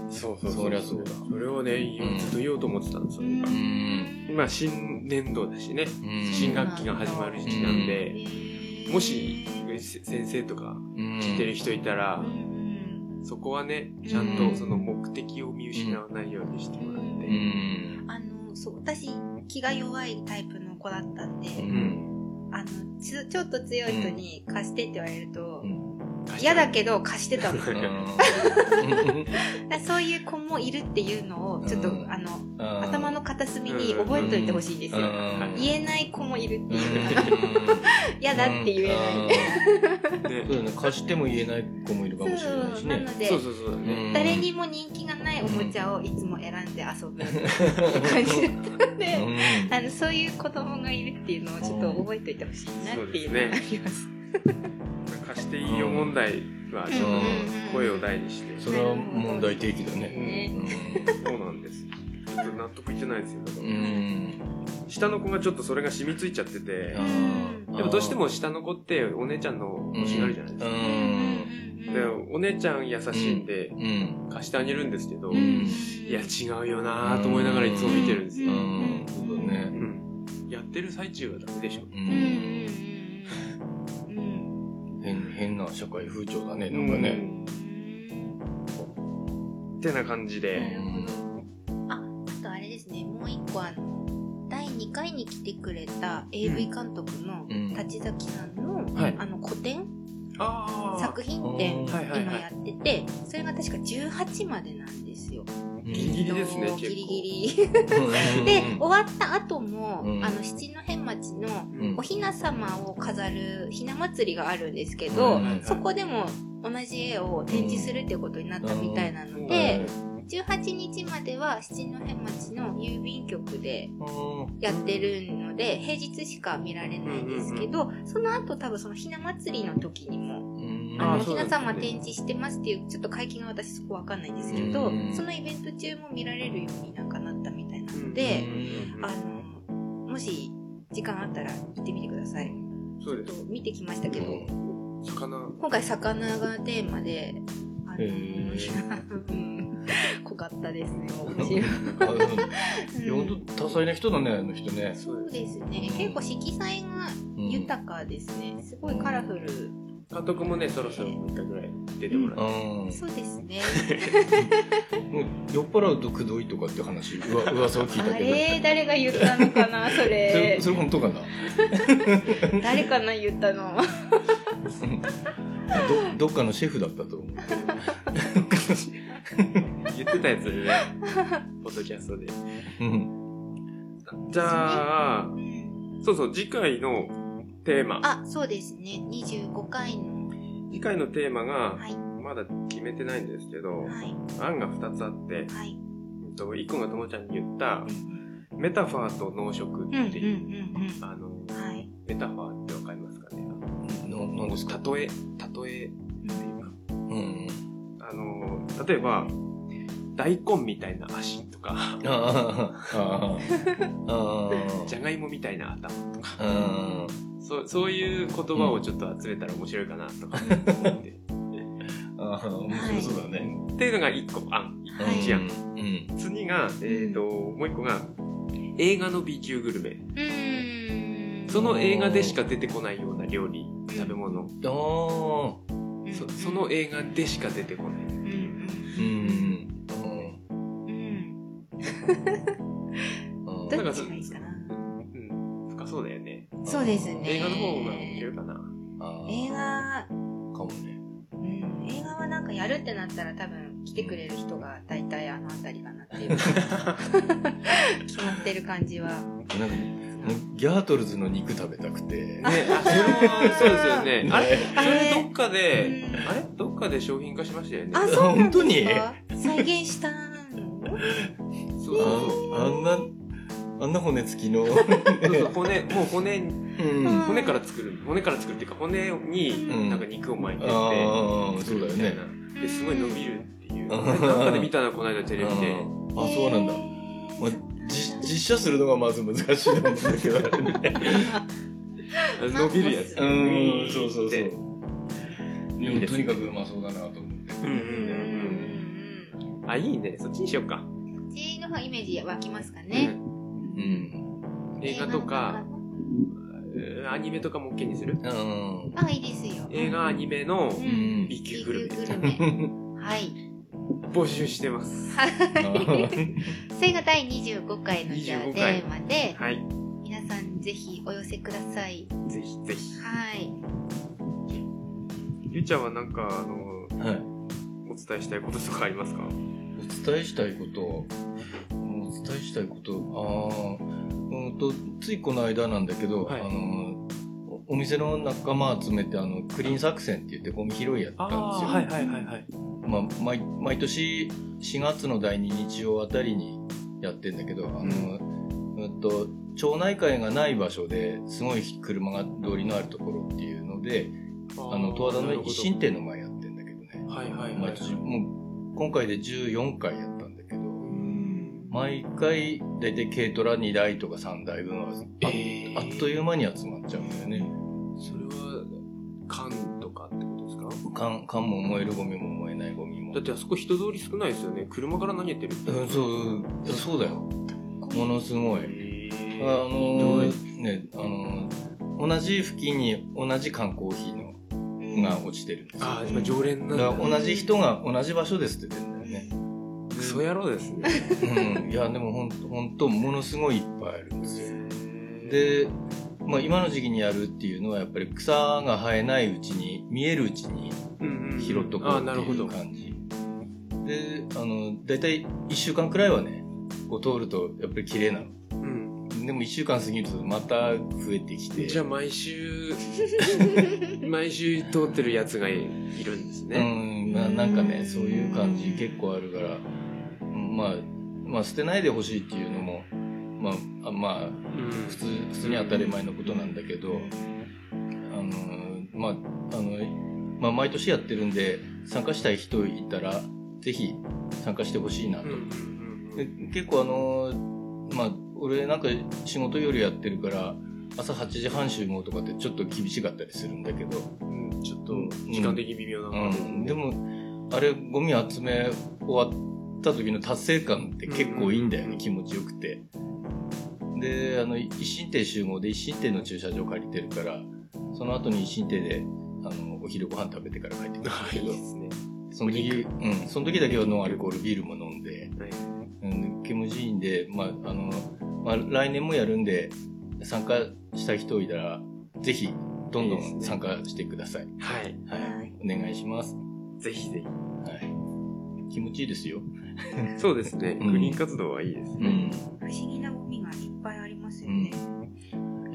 Speaker 2: そう
Speaker 4: そうそうそりゃそうだ
Speaker 2: それをね言
Speaker 4: うん
Speaker 2: うずっと言おうと思ってたんですよ、
Speaker 4: うん。うん。
Speaker 2: 今新年度だしね
Speaker 4: うん。
Speaker 2: 新学期が始まる時期なんで、もし
Speaker 3: う
Speaker 2: せ先生とか
Speaker 4: 聞
Speaker 2: 聞いてる人いたら、
Speaker 3: ん
Speaker 2: そこはねちゃんとその目的を見失わないようにしてもらって、
Speaker 4: う。
Speaker 3: うんんあの、そう、私、気が弱いタイプの子だったんで、
Speaker 4: うん。
Speaker 3: あの、ちょちょっと強い人に貸してって言われると、
Speaker 4: うん。
Speaker 3: 嫌だけど貸してたの。だか
Speaker 4: うん。
Speaker 3: らそういう子もいるっていうのを、ちょっと、
Speaker 4: うん
Speaker 3: あの、頭
Speaker 4: 頭
Speaker 3: の片隅に覚えといてほしいんですよ。
Speaker 4: え
Speaker 3: 言えない子もいるっていう、あの
Speaker 4: な
Speaker 3: 嫌だって言えない。
Speaker 4: そう
Speaker 2: ね
Speaker 4: だね貸しても言えない子もいるかもしれないし
Speaker 3: そう、な
Speaker 4: ね
Speaker 3: ので
Speaker 2: そう、そうそうだね、
Speaker 4: うん
Speaker 3: 誰にも人気がないおもちゃをいつも選んで遊ぶ感じだったんで、あの、そういう子供がいるっていうのをちょっと覚えといてほしいなっていうのがあります。
Speaker 2: 貸していいよ問題はちょっと声を大にして、
Speaker 4: それは問題提起だね
Speaker 3: ね
Speaker 2: そうなんですちょっと納得いってないですよだか
Speaker 4: う
Speaker 2: ら、
Speaker 4: ん
Speaker 2: 下の子がちょっとそれが染みついちゃってて
Speaker 3: ん
Speaker 2: でもどうしても下の子ってお姉ちゃんの欲しがるじゃないです
Speaker 4: う
Speaker 2: か、
Speaker 3: うん
Speaker 2: でお姉ちゃん優しいんで
Speaker 4: うん
Speaker 2: 貸してあげるんですけど、
Speaker 4: ん
Speaker 2: いや違うよなぁと思いながらいつも見てるんですよ、
Speaker 4: うんそうだ
Speaker 2: う
Speaker 4: ね
Speaker 2: んやってる最中はダメでしょ
Speaker 4: う
Speaker 3: うんうんうんうんうん
Speaker 4: ん変変な社会風潮だねなんか
Speaker 2: う
Speaker 4: ね
Speaker 2: ってな感じ
Speaker 3: なる
Speaker 2: で、
Speaker 3: ほどああとあれですねもう一個あの第2回に来てくれた AV 監督の
Speaker 4: うん
Speaker 3: 立崎さんの,、
Speaker 4: はい
Speaker 3: あの個展
Speaker 2: ああ
Speaker 3: 作品展
Speaker 4: あー
Speaker 3: 今
Speaker 2: はいはいはい
Speaker 3: やっててそれが確か18までなんですよ
Speaker 2: ギリギリですね
Speaker 3: あの
Speaker 2: 結構
Speaker 3: ギリギリで終わった後も、
Speaker 4: うん
Speaker 3: あの七戸町の
Speaker 2: うん
Speaker 3: おひな様を飾るひな祭りがあるんですけど、
Speaker 4: うん
Speaker 2: はい
Speaker 3: そこでも同じ絵を展示するっていうことになったみたいなので、18日までは七戸町の郵便局でやってるので平日しか見られないんですけど、その後多分そのひな祭りの時にも「あ
Speaker 2: あ
Speaker 3: の
Speaker 2: ーそ
Speaker 3: ひ
Speaker 2: うな
Speaker 3: なん
Speaker 2: ですね
Speaker 3: 様展示してます」っていうちょっと会期が私そこわかんないんですけど、
Speaker 4: うん
Speaker 3: そのイベント中も見られるようになんかなったみたいな
Speaker 2: で
Speaker 3: ので、あのもし時間あったら行ってみてください。
Speaker 2: そうで
Speaker 3: ちょ
Speaker 2: す
Speaker 3: っと見てきましたけど、
Speaker 2: 魚
Speaker 3: 今回魚がテーマで、あの
Speaker 4: へー
Speaker 3: うん 濃かったですね、面白い。
Speaker 4: 本当多彩な人だねあの人ね
Speaker 3: そうですね、
Speaker 4: うん
Speaker 3: 結構色彩が豊かですね、すごいカラフル。
Speaker 2: 監督もねそろそろもう一回ぐらい出てもらって、
Speaker 4: うん
Speaker 3: そうですね、
Speaker 4: もう酔っ払うとくどいとかって話うわ噂を聞いた
Speaker 3: あ
Speaker 4: けど
Speaker 3: れ、誰が言ったのかな、そ
Speaker 4: そ
Speaker 3: れ
Speaker 4: れ。それ本当かな
Speaker 3: 誰かな、言ったの。
Speaker 4: どどっかのシェフだったと思う
Speaker 2: 言ってたやつでね ポッドキャストで
Speaker 4: うん
Speaker 2: じゃあ
Speaker 3: うん
Speaker 2: そうそう次回のテーマ
Speaker 3: あ、そうですね、25回の。
Speaker 2: 次回のテーマが
Speaker 3: はい、
Speaker 2: まだ決めてないんですけど、
Speaker 3: はい、
Speaker 2: 案が2つあって、
Speaker 3: はい。
Speaker 2: うんと1個がともちゃんに言ったメタファーと農食って
Speaker 3: うん、うん、
Speaker 2: いう、
Speaker 3: うん、
Speaker 2: あの
Speaker 3: うん。はい。
Speaker 2: メタファーってわかりますかね
Speaker 4: ななんですか
Speaker 2: 例え例えっていうか
Speaker 4: うん
Speaker 2: あの例えば大根みたいな足とか
Speaker 4: あああああ
Speaker 2: じゃがいもみたいな頭とか
Speaker 4: ああ
Speaker 2: そうそういう言葉をちょっと集めたら面白いかなとか思 って、
Speaker 4: ああ面白そうだね
Speaker 2: っていうのが1個案
Speaker 3: はい
Speaker 2: 一案
Speaker 4: うん
Speaker 2: 次が、えー、ともう1個が映画の B 級グルメ
Speaker 3: うーん。
Speaker 2: その映画でしか出てこないような料理食べ物
Speaker 4: ああ
Speaker 3: うん
Speaker 2: そその映画でしか出てこない
Speaker 3: うん
Speaker 4: う
Speaker 3: うんうんう
Speaker 4: ん
Speaker 3: んど
Speaker 4: ああ
Speaker 2: なん
Speaker 3: っ
Speaker 2: か
Speaker 3: ちがいいかな
Speaker 2: うん深そうだよね
Speaker 3: そうですね
Speaker 2: 映画の方がいけるかな
Speaker 4: ああ
Speaker 3: 映画
Speaker 4: かもね
Speaker 3: うん映画はなんかやるってなったら多分来てくれる人が大 体あの辺りかなっていう決まってる感じは
Speaker 4: なんかもうギャートルズの肉食べたくて。
Speaker 2: ね、あそれもそうですよね。あれ
Speaker 3: あ
Speaker 2: そ
Speaker 3: れ
Speaker 2: れどっか
Speaker 3: う
Speaker 2: で、
Speaker 3: ん
Speaker 2: あれどっかで商品化しましたよね。
Speaker 3: あ、そうなん
Speaker 4: 本当
Speaker 3: です
Speaker 4: に
Speaker 3: か再現したの
Speaker 2: そ
Speaker 4: あ
Speaker 2: うそう
Speaker 4: あんな、あんな骨付き の。
Speaker 2: そうそう骨、もう骨に、
Speaker 4: うん。
Speaker 2: 骨から作る、骨から作るっていうか、骨
Speaker 4: うん
Speaker 2: になんか肉を巻いてって、
Speaker 4: ああ、そうだよ
Speaker 2: みたい
Speaker 4: ね
Speaker 2: な。。ですごい伸びるっていう。
Speaker 4: うん
Speaker 2: なんかで見たな、この間テレビで。
Speaker 4: ああ、そうなんだ。まあ、じ実写するのがまず難しいと思うんだけど、ね、
Speaker 2: 伸びるやつ。
Speaker 4: うーん、そうそうそう。
Speaker 2: で
Speaker 4: でもとにかくうまそうだなと思って。
Speaker 2: うんうん
Speaker 3: う
Speaker 2: う
Speaker 3: ん
Speaker 2: んうん。あ、いいね。そっちにしようか。
Speaker 3: うん。ジーの方イメージ湧きますかね。
Speaker 4: うん。
Speaker 2: うん。映画とか、うんアニメとかも OK にする
Speaker 4: うん。
Speaker 3: あ、いいですよ。
Speaker 2: 映画、アニメの
Speaker 3: う。
Speaker 4: うんん。
Speaker 2: B 級
Speaker 3: 琉
Speaker 2: グル
Speaker 3: 球
Speaker 2: メ
Speaker 3: グルメ。はい。
Speaker 2: 募集してます。
Speaker 3: それが第25回のじゃあ
Speaker 2: 25回
Speaker 3: テーマで、
Speaker 2: はい。
Speaker 3: 皆さんぜひお寄せください。
Speaker 2: ぜひぜひ。
Speaker 3: はい。
Speaker 2: ゆうちゃんはなんか、あの、
Speaker 4: はい。
Speaker 2: お伝えしたいこととかありますか
Speaker 4: お伝えしたいこと、お伝えしたいこと、ああ、うんと、ついこの間なんだけど、
Speaker 2: はい
Speaker 4: あの、おお店の仲間集めて、あの、クリーン作戦って言ってゴミ拾いやったんですよ。
Speaker 2: はいはいはいはい。
Speaker 4: まあ、毎毎年4月の第2日曜あたりにやってんだけど、あの、うんと、町内会がない場所ですごい車が通りのあるところっていうので、
Speaker 2: あ
Speaker 4: あの、十和田の一
Speaker 2: 心
Speaker 4: 新店の前やってんだけどね。
Speaker 2: はいはいはい。
Speaker 4: 毎年、もう、今回で14回やったんだけど、
Speaker 2: うん
Speaker 4: 毎回、だいたい軽トラ2台とか3台分は、あ,、
Speaker 2: えー
Speaker 4: あっという間に集まっちゃうんだよね。
Speaker 2: それは、缶とかってことですか
Speaker 4: 缶、缶も燃えるゴミも燃えないゴミも。
Speaker 2: だってあそこ人通り少ないですよね。車から投げてるって。
Speaker 4: うん、そう、そうだよ。ものすごい。
Speaker 2: えー
Speaker 4: あの
Speaker 2: ひ
Speaker 4: ーね、あのー同じ付近に同じ缶コーヒーのが落ちてるんですよ。
Speaker 2: あー、今常連な
Speaker 4: だ
Speaker 2: ん
Speaker 4: か
Speaker 2: だ。
Speaker 4: ら同じ人が同じ場所ですって言ってるんだよね。
Speaker 2: クソ野郎ですね。
Speaker 4: うん。いや、でもほんと、ほんと、ものすごいいっぱいあるんですよ。で、まあ、今の時期にやるっていうのはやっぱり草が生えないうちに見えるうちに
Speaker 2: うんうん
Speaker 4: 拾っとこう
Speaker 2: あー
Speaker 4: って
Speaker 2: なるほ
Speaker 4: い
Speaker 2: ど
Speaker 4: う。感じ、であの大体1週間くらいはねこう通るとやっぱり綺麗なの
Speaker 2: うん
Speaker 4: でも1週間過ぎるとまた増えてきて
Speaker 2: じゃあ毎 週、毎週通ってるやつがいるんですね。
Speaker 4: うんまあ、なんかねそういう感じ結構あるから、うんまあ、まあ捨てないでほしいっていうのもまああまあ
Speaker 2: うん
Speaker 4: 普通普通に当たり前のことなんだけど、あのまああの、まあ、毎年やってるんで参加したい人いたらぜひ参加してほしいなと、
Speaker 2: うんうんうんう
Speaker 4: で
Speaker 2: ん
Speaker 4: 結構あのまあ俺なんか仕事夜やってるから朝8時半集合とかってちょっと厳しかったりするんだけど、
Speaker 2: うんちょっと時間的に微妙な
Speaker 4: う
Speaker 2: 感じ
Speaker 4: ん、でもあれゴミ集め終わった時の達成感って結構いいんだよね、
Speaker 2: うん
Speaker 4: 気持ちよくてであの一心亭集合で一心亭の駐車場借りてるからその後に一心亭であのお昼ご飯食べてから帰ってくるんだ
Speaker 2: あ
Speaker 4: け
Speaker 2: いい
Speaker 4: ど
Speaker 2: ですね。
Speaker 4: その時、うん、その時だけはノンアルコールビールも飲んで、
Speaker 2: はい
Speaker 4: うん、気持ちいいんで、まああのまあ、来年もやるんで参加したい人いたらぜひどんど
Speaker 2: いいです
Speaker 4: ん
Speaker 2: ね
Speaker 4: 参加してください。
Speaker 2: はい。
Speaker 4: はい、お願いします。
Speaker 2: ぜひぜ
Speaker 4: はい。気持ちいいですよ。
Speaker 2: ひ。そうですね。
Speaker 4: うん
Speaker 2: グリーン活動はいいです
Speaker 4: う
Speaker 2: ね。
Speaker 4: ん。
Speaker 3: 不思議なゴミがいっぱいありますよ
Speaker 4: う
Speaker 3: ね。
Speaker 4: ん。い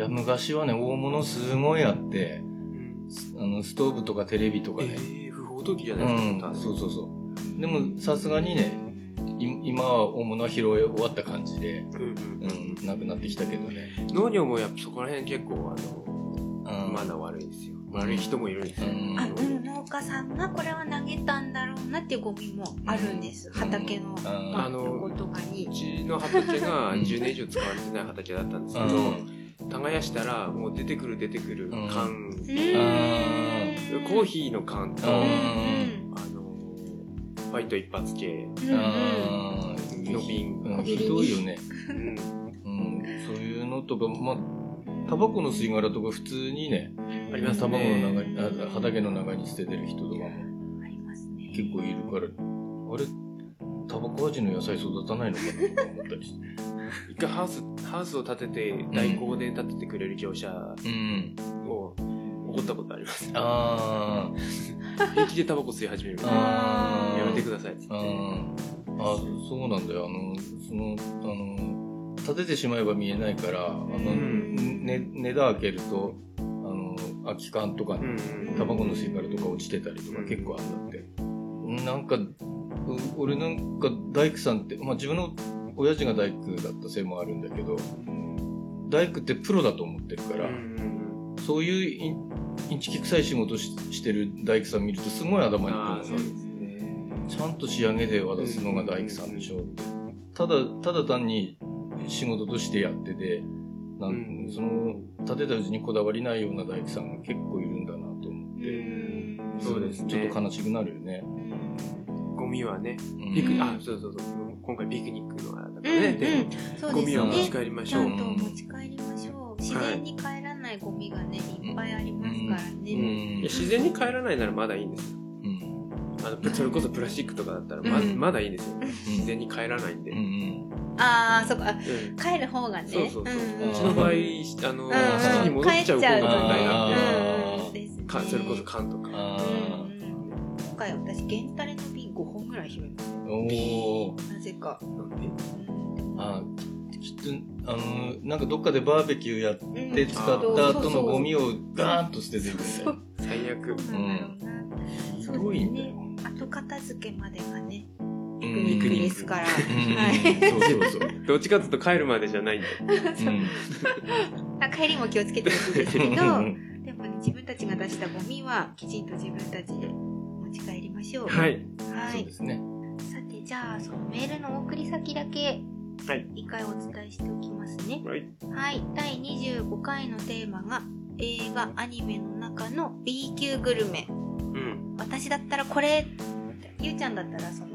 Speaker 4: や、昔はね、大物すごいあって、
Speaker 2: うん
Speaker 4: すあの、ストーブとかテレビとか
Speaker 2: え
Speaker 4: ね。
Speaker 2: ー、不法投棄じゃ
Speaker 4: う
Speaker 2: ないです
Speaker 4: ん
Speaker 2: か。。
Speaker 4: そうそうそう。でも、さすがにね、い今は大物は拾い終わった感じで、
Speaker 2: うんうん
Speaker 4: うん、なくなってきたけどね。
Speaker 2: 農業もやっぱそこら辺結構あ
Speaker 4: うん。
Speaker 2: の、まだ悪いですよ。悪い人もいるんですよ。
Speaker 4: うん
Speaker 3: あうん、農家さんがこれは投げたんだろうなっていうゴミもあるんです、
Speaker 4: ん
Speaker 3: 畑の
Speaker 4: うん
Speaker 2: あの
Speaker 3: とことかに
Speaker 2: うちの畑が
Speaker 4: うん
Speaker 2: 10年以上使われてない畑だったんですけ
Speaker 4: う
Speaker 2: ど、
Speaker 4: ん。
Speaker 2: 耕したらもう出てくる出てくる缶、
Speaker 3: うん
Speaker 2: コーヒーの缶と、
Speaker 4: う
Speaker 2: あ
Speaker 4: ん
Speaker 2: の、ファイト一発系
Speaker 3: うんうんうん
Speaker 4: うん
Speaker 2: の瓶、う
Speaker 4: うんひどいよね。
Speaker 2: ん
Speaker 4: うん。そういうのとか、まあ、タバコの吸い殻とか普通にね、
Speaker 2: ありますね
Speaker 4: タバコの中にあ畑の中に捨ててる人とかも
Speaker 3: ありますね
Speaker 4: 結構いるから、あれ、タバコ味の野菜育たないのかなと思ったりして。
Speaker 2: 一回ハウス、ハウスを建てて、代行で建ててくれる業者
Speaker 4: うん。
Speaker 2: を怒ったことあります。
Speaker 4: あ
Speaker 2: 平気でタバコ吸い始める
Speaker 4: ー。
Speaker 2: から
Speaker 4: あー。
Speaker 2: やめてくださいっつって。
Speaker 4: うん。あ、そうなんだよ。あの、その、あの、立ててしまえば見えないから、あの、
Speaker 2: ん
Speaker 4: ね、値段開けると、あの、空き缶とか
Speaker 2: う
Speaker 4: に、
Speaker 2: ん
Speaker 4: タバコの吸い殻とか落ちてたりとか結構あったって。なんか、う俺なんか大工さんって、まあ自分の親父が大工だったせいもあるんだけど、大工ってプロだと思ってるから、
Speaker 2: うん
Speaker 4: そういうインインチキ臭い仕事ししてる大工さん見るとすごい頭に
Speaker 2: ああ
Speaker 4: く
Speaker 2: そ
Speaker 4: る
Speaker 2: うで
Speaker 4: のさ
Speaker 2: すね
Speaker 4: ちゃんと仕上げで渡すのが大工さんでしょってただただ単に仕事としてやっててなん、
Speaker 2: うん
Speaker 4: その建てたうちにこだわりないような大工さんが結構いるんだなと思って、
Speaker 2: そうですね
Speaker 4: ちょっと悲しくなるよね、
Speaker 2: ゴミはね
Speaker 4: うん
Speaker 2: ピク、
Speaker 3: うん
Speaker 2: あそうそうそう今回ピクニックのあれだか
Speaker 3: う
Speaker 2: らね、
Speaker 3: んうん、そう
Speaker 2: ゴ
Speaker 3: で
Speaker 2: ミ
Speaker 3: す
Speaker 2: は持
Speaker 3: ね
Speaker 2: ち。帰りまし
Speaker 3: ち
Speaker 2: ょ
Speaker 3: ゃ
Speaker 2: う、
Speaker 3: んと持ち帰りましょう。自然に帰らないゴミがね、いっぱいありますから
Speaker 4: う
Speaker 3: ね。
Speaker 2: いや
Speaker 4: ん
Speaker 2: 自然に帰らないならまだいいんですよ
Speaker 4: うん
Speaker 2: あのそれこそプラスチックとかだったらま,、
Speaker 3: うん
Speaker 2: まだいいんですよ自然に帰らないんで、
Speaker 4: う
Speaker 2: うん
Speaker 4: うん
Speaker 3: ああ、そっか。
Speaker 2: ん
Speaker 3: 帰る方がね。
Speaker 2: そうそうそう
Speaker 3: うん
Speaker 2: うちの場合あの、
Speaker 3: うん
Speaker 2: 先に戻っちゃう方がないな
Speaker 4: あ
Speaker 2: んで
Speaker 4: ー
Speaker 3: うんですね
Speaker 2: かそれこそ缶とか
Speaker 4: あ
Speaker 3: うんうん今回私ゲンタレの瓶5本ぐらい拾いまし
Speaker 4: ーおー
Speaker 3: たなぜか、
Speaker 2: なんで
Speaker 3: うん、でも
Speaker 4: あきっとあのなんかどっかでバーベキューやっ
Speaker 3: うん
Speaker 4: て使った後のゴミ
Speaker 3: を
Speaker 4: をガーンと捨てていくみたいな
Speaker 2: 最悪
Speaker 3: そうなんだろうな、
Speaker 4: ひ
Speaker 3: そう
Speaker 4: ど
Speaker 3: で
Speaker 4: い
Speaker 3: す
Speaker 4: んだ
Speaker 3: ね
Speaker 4: よ
Speaker 3: 後片付けまでがね
Speaker 4: う
Speaker 3: ピ
Speaker 4: ん
Speaker 3: クニックですから、
Speaker 4: うん
Speaker 3: はい、
Speaker 4: そうそうそう。
Speaker 2: どっちかっていうと帰るまでじゃないんで
Speaker 4: うん
Speaker 3: あ帰りも気をつけてほしいんですけど でもね自分たちが出したゴミはきちんと自分たちで持ち帰りましょう、
Speaker 2: はいい
Speaker 3: は
Speaker 4: そう
Speaker 3: い
Speaker 4: で、すね。
Speaker 3: さてじゃあそのメールの送り先だけ
Speaker 2: はい
Speaker 3: 一回お伝えしておきますね、
Speaker 2: はい
Speaker 3: はい、第25回のテーマが映画アニメの中の B 級グルメ
Speaker 2: うん
Speaker 3: 私だったらこれゆうちゃんだったらその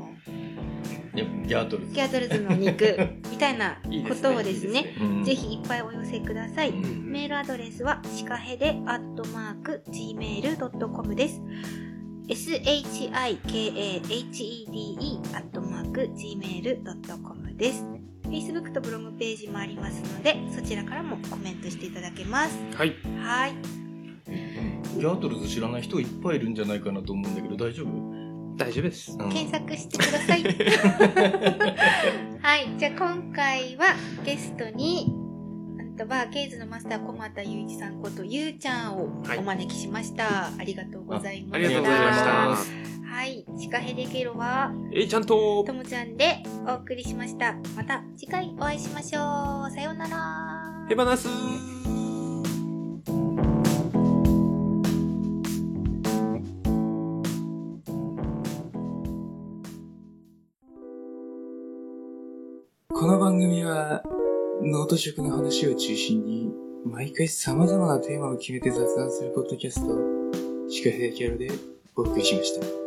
Speaker 4: いやギャートルズ。
Speaker 3: ギャートルズの肉 みたいなことをです
Speaker 2: い
Speaker 3: ね
Speaker 2: いです
Speaker 4: うん
Speaker 3: ぜ。ひいっぱいお寄せください、
Speaker 4: うん
Speaker 3: メールアドレスはシカヘでアットマーク gmail.com です。shikahede アットマーク gmail.com です。Facebook とブログページもありますので、そちらからもコメントしていただけます。
Speaker 2: はい
Speaker 3: はい。
Speaker 4: ギャートルズ知らない人いっぱいいるんじゃないかなと思うんだけど大丈夫？
Speaker 2: 大丈夫です
Speaker 4: うん
Speaker 3: 検索してください。はい。じゃあ今回はゲストに、なんとバーケーズのマスター小俣雄一さんことゆうちゃんを
Speaker 2: はい
Speaker 3: お招きしました。ありがとうございました。
Speaker 2: ありがとうございました
Speaker 3: はい。シカヘデゲロは
Speaker 2: えいちゃんと
Speaker 3: ともちゃんでお送りしました。また次回お会いしましょう。さようなら。
Speaker 2: 手放す
Speaker 5: この番組は、ノート食の話を中心に、毎回様々なテーマを決めて雑談するポッドキャスト、シカヘアキャロでお送りしました。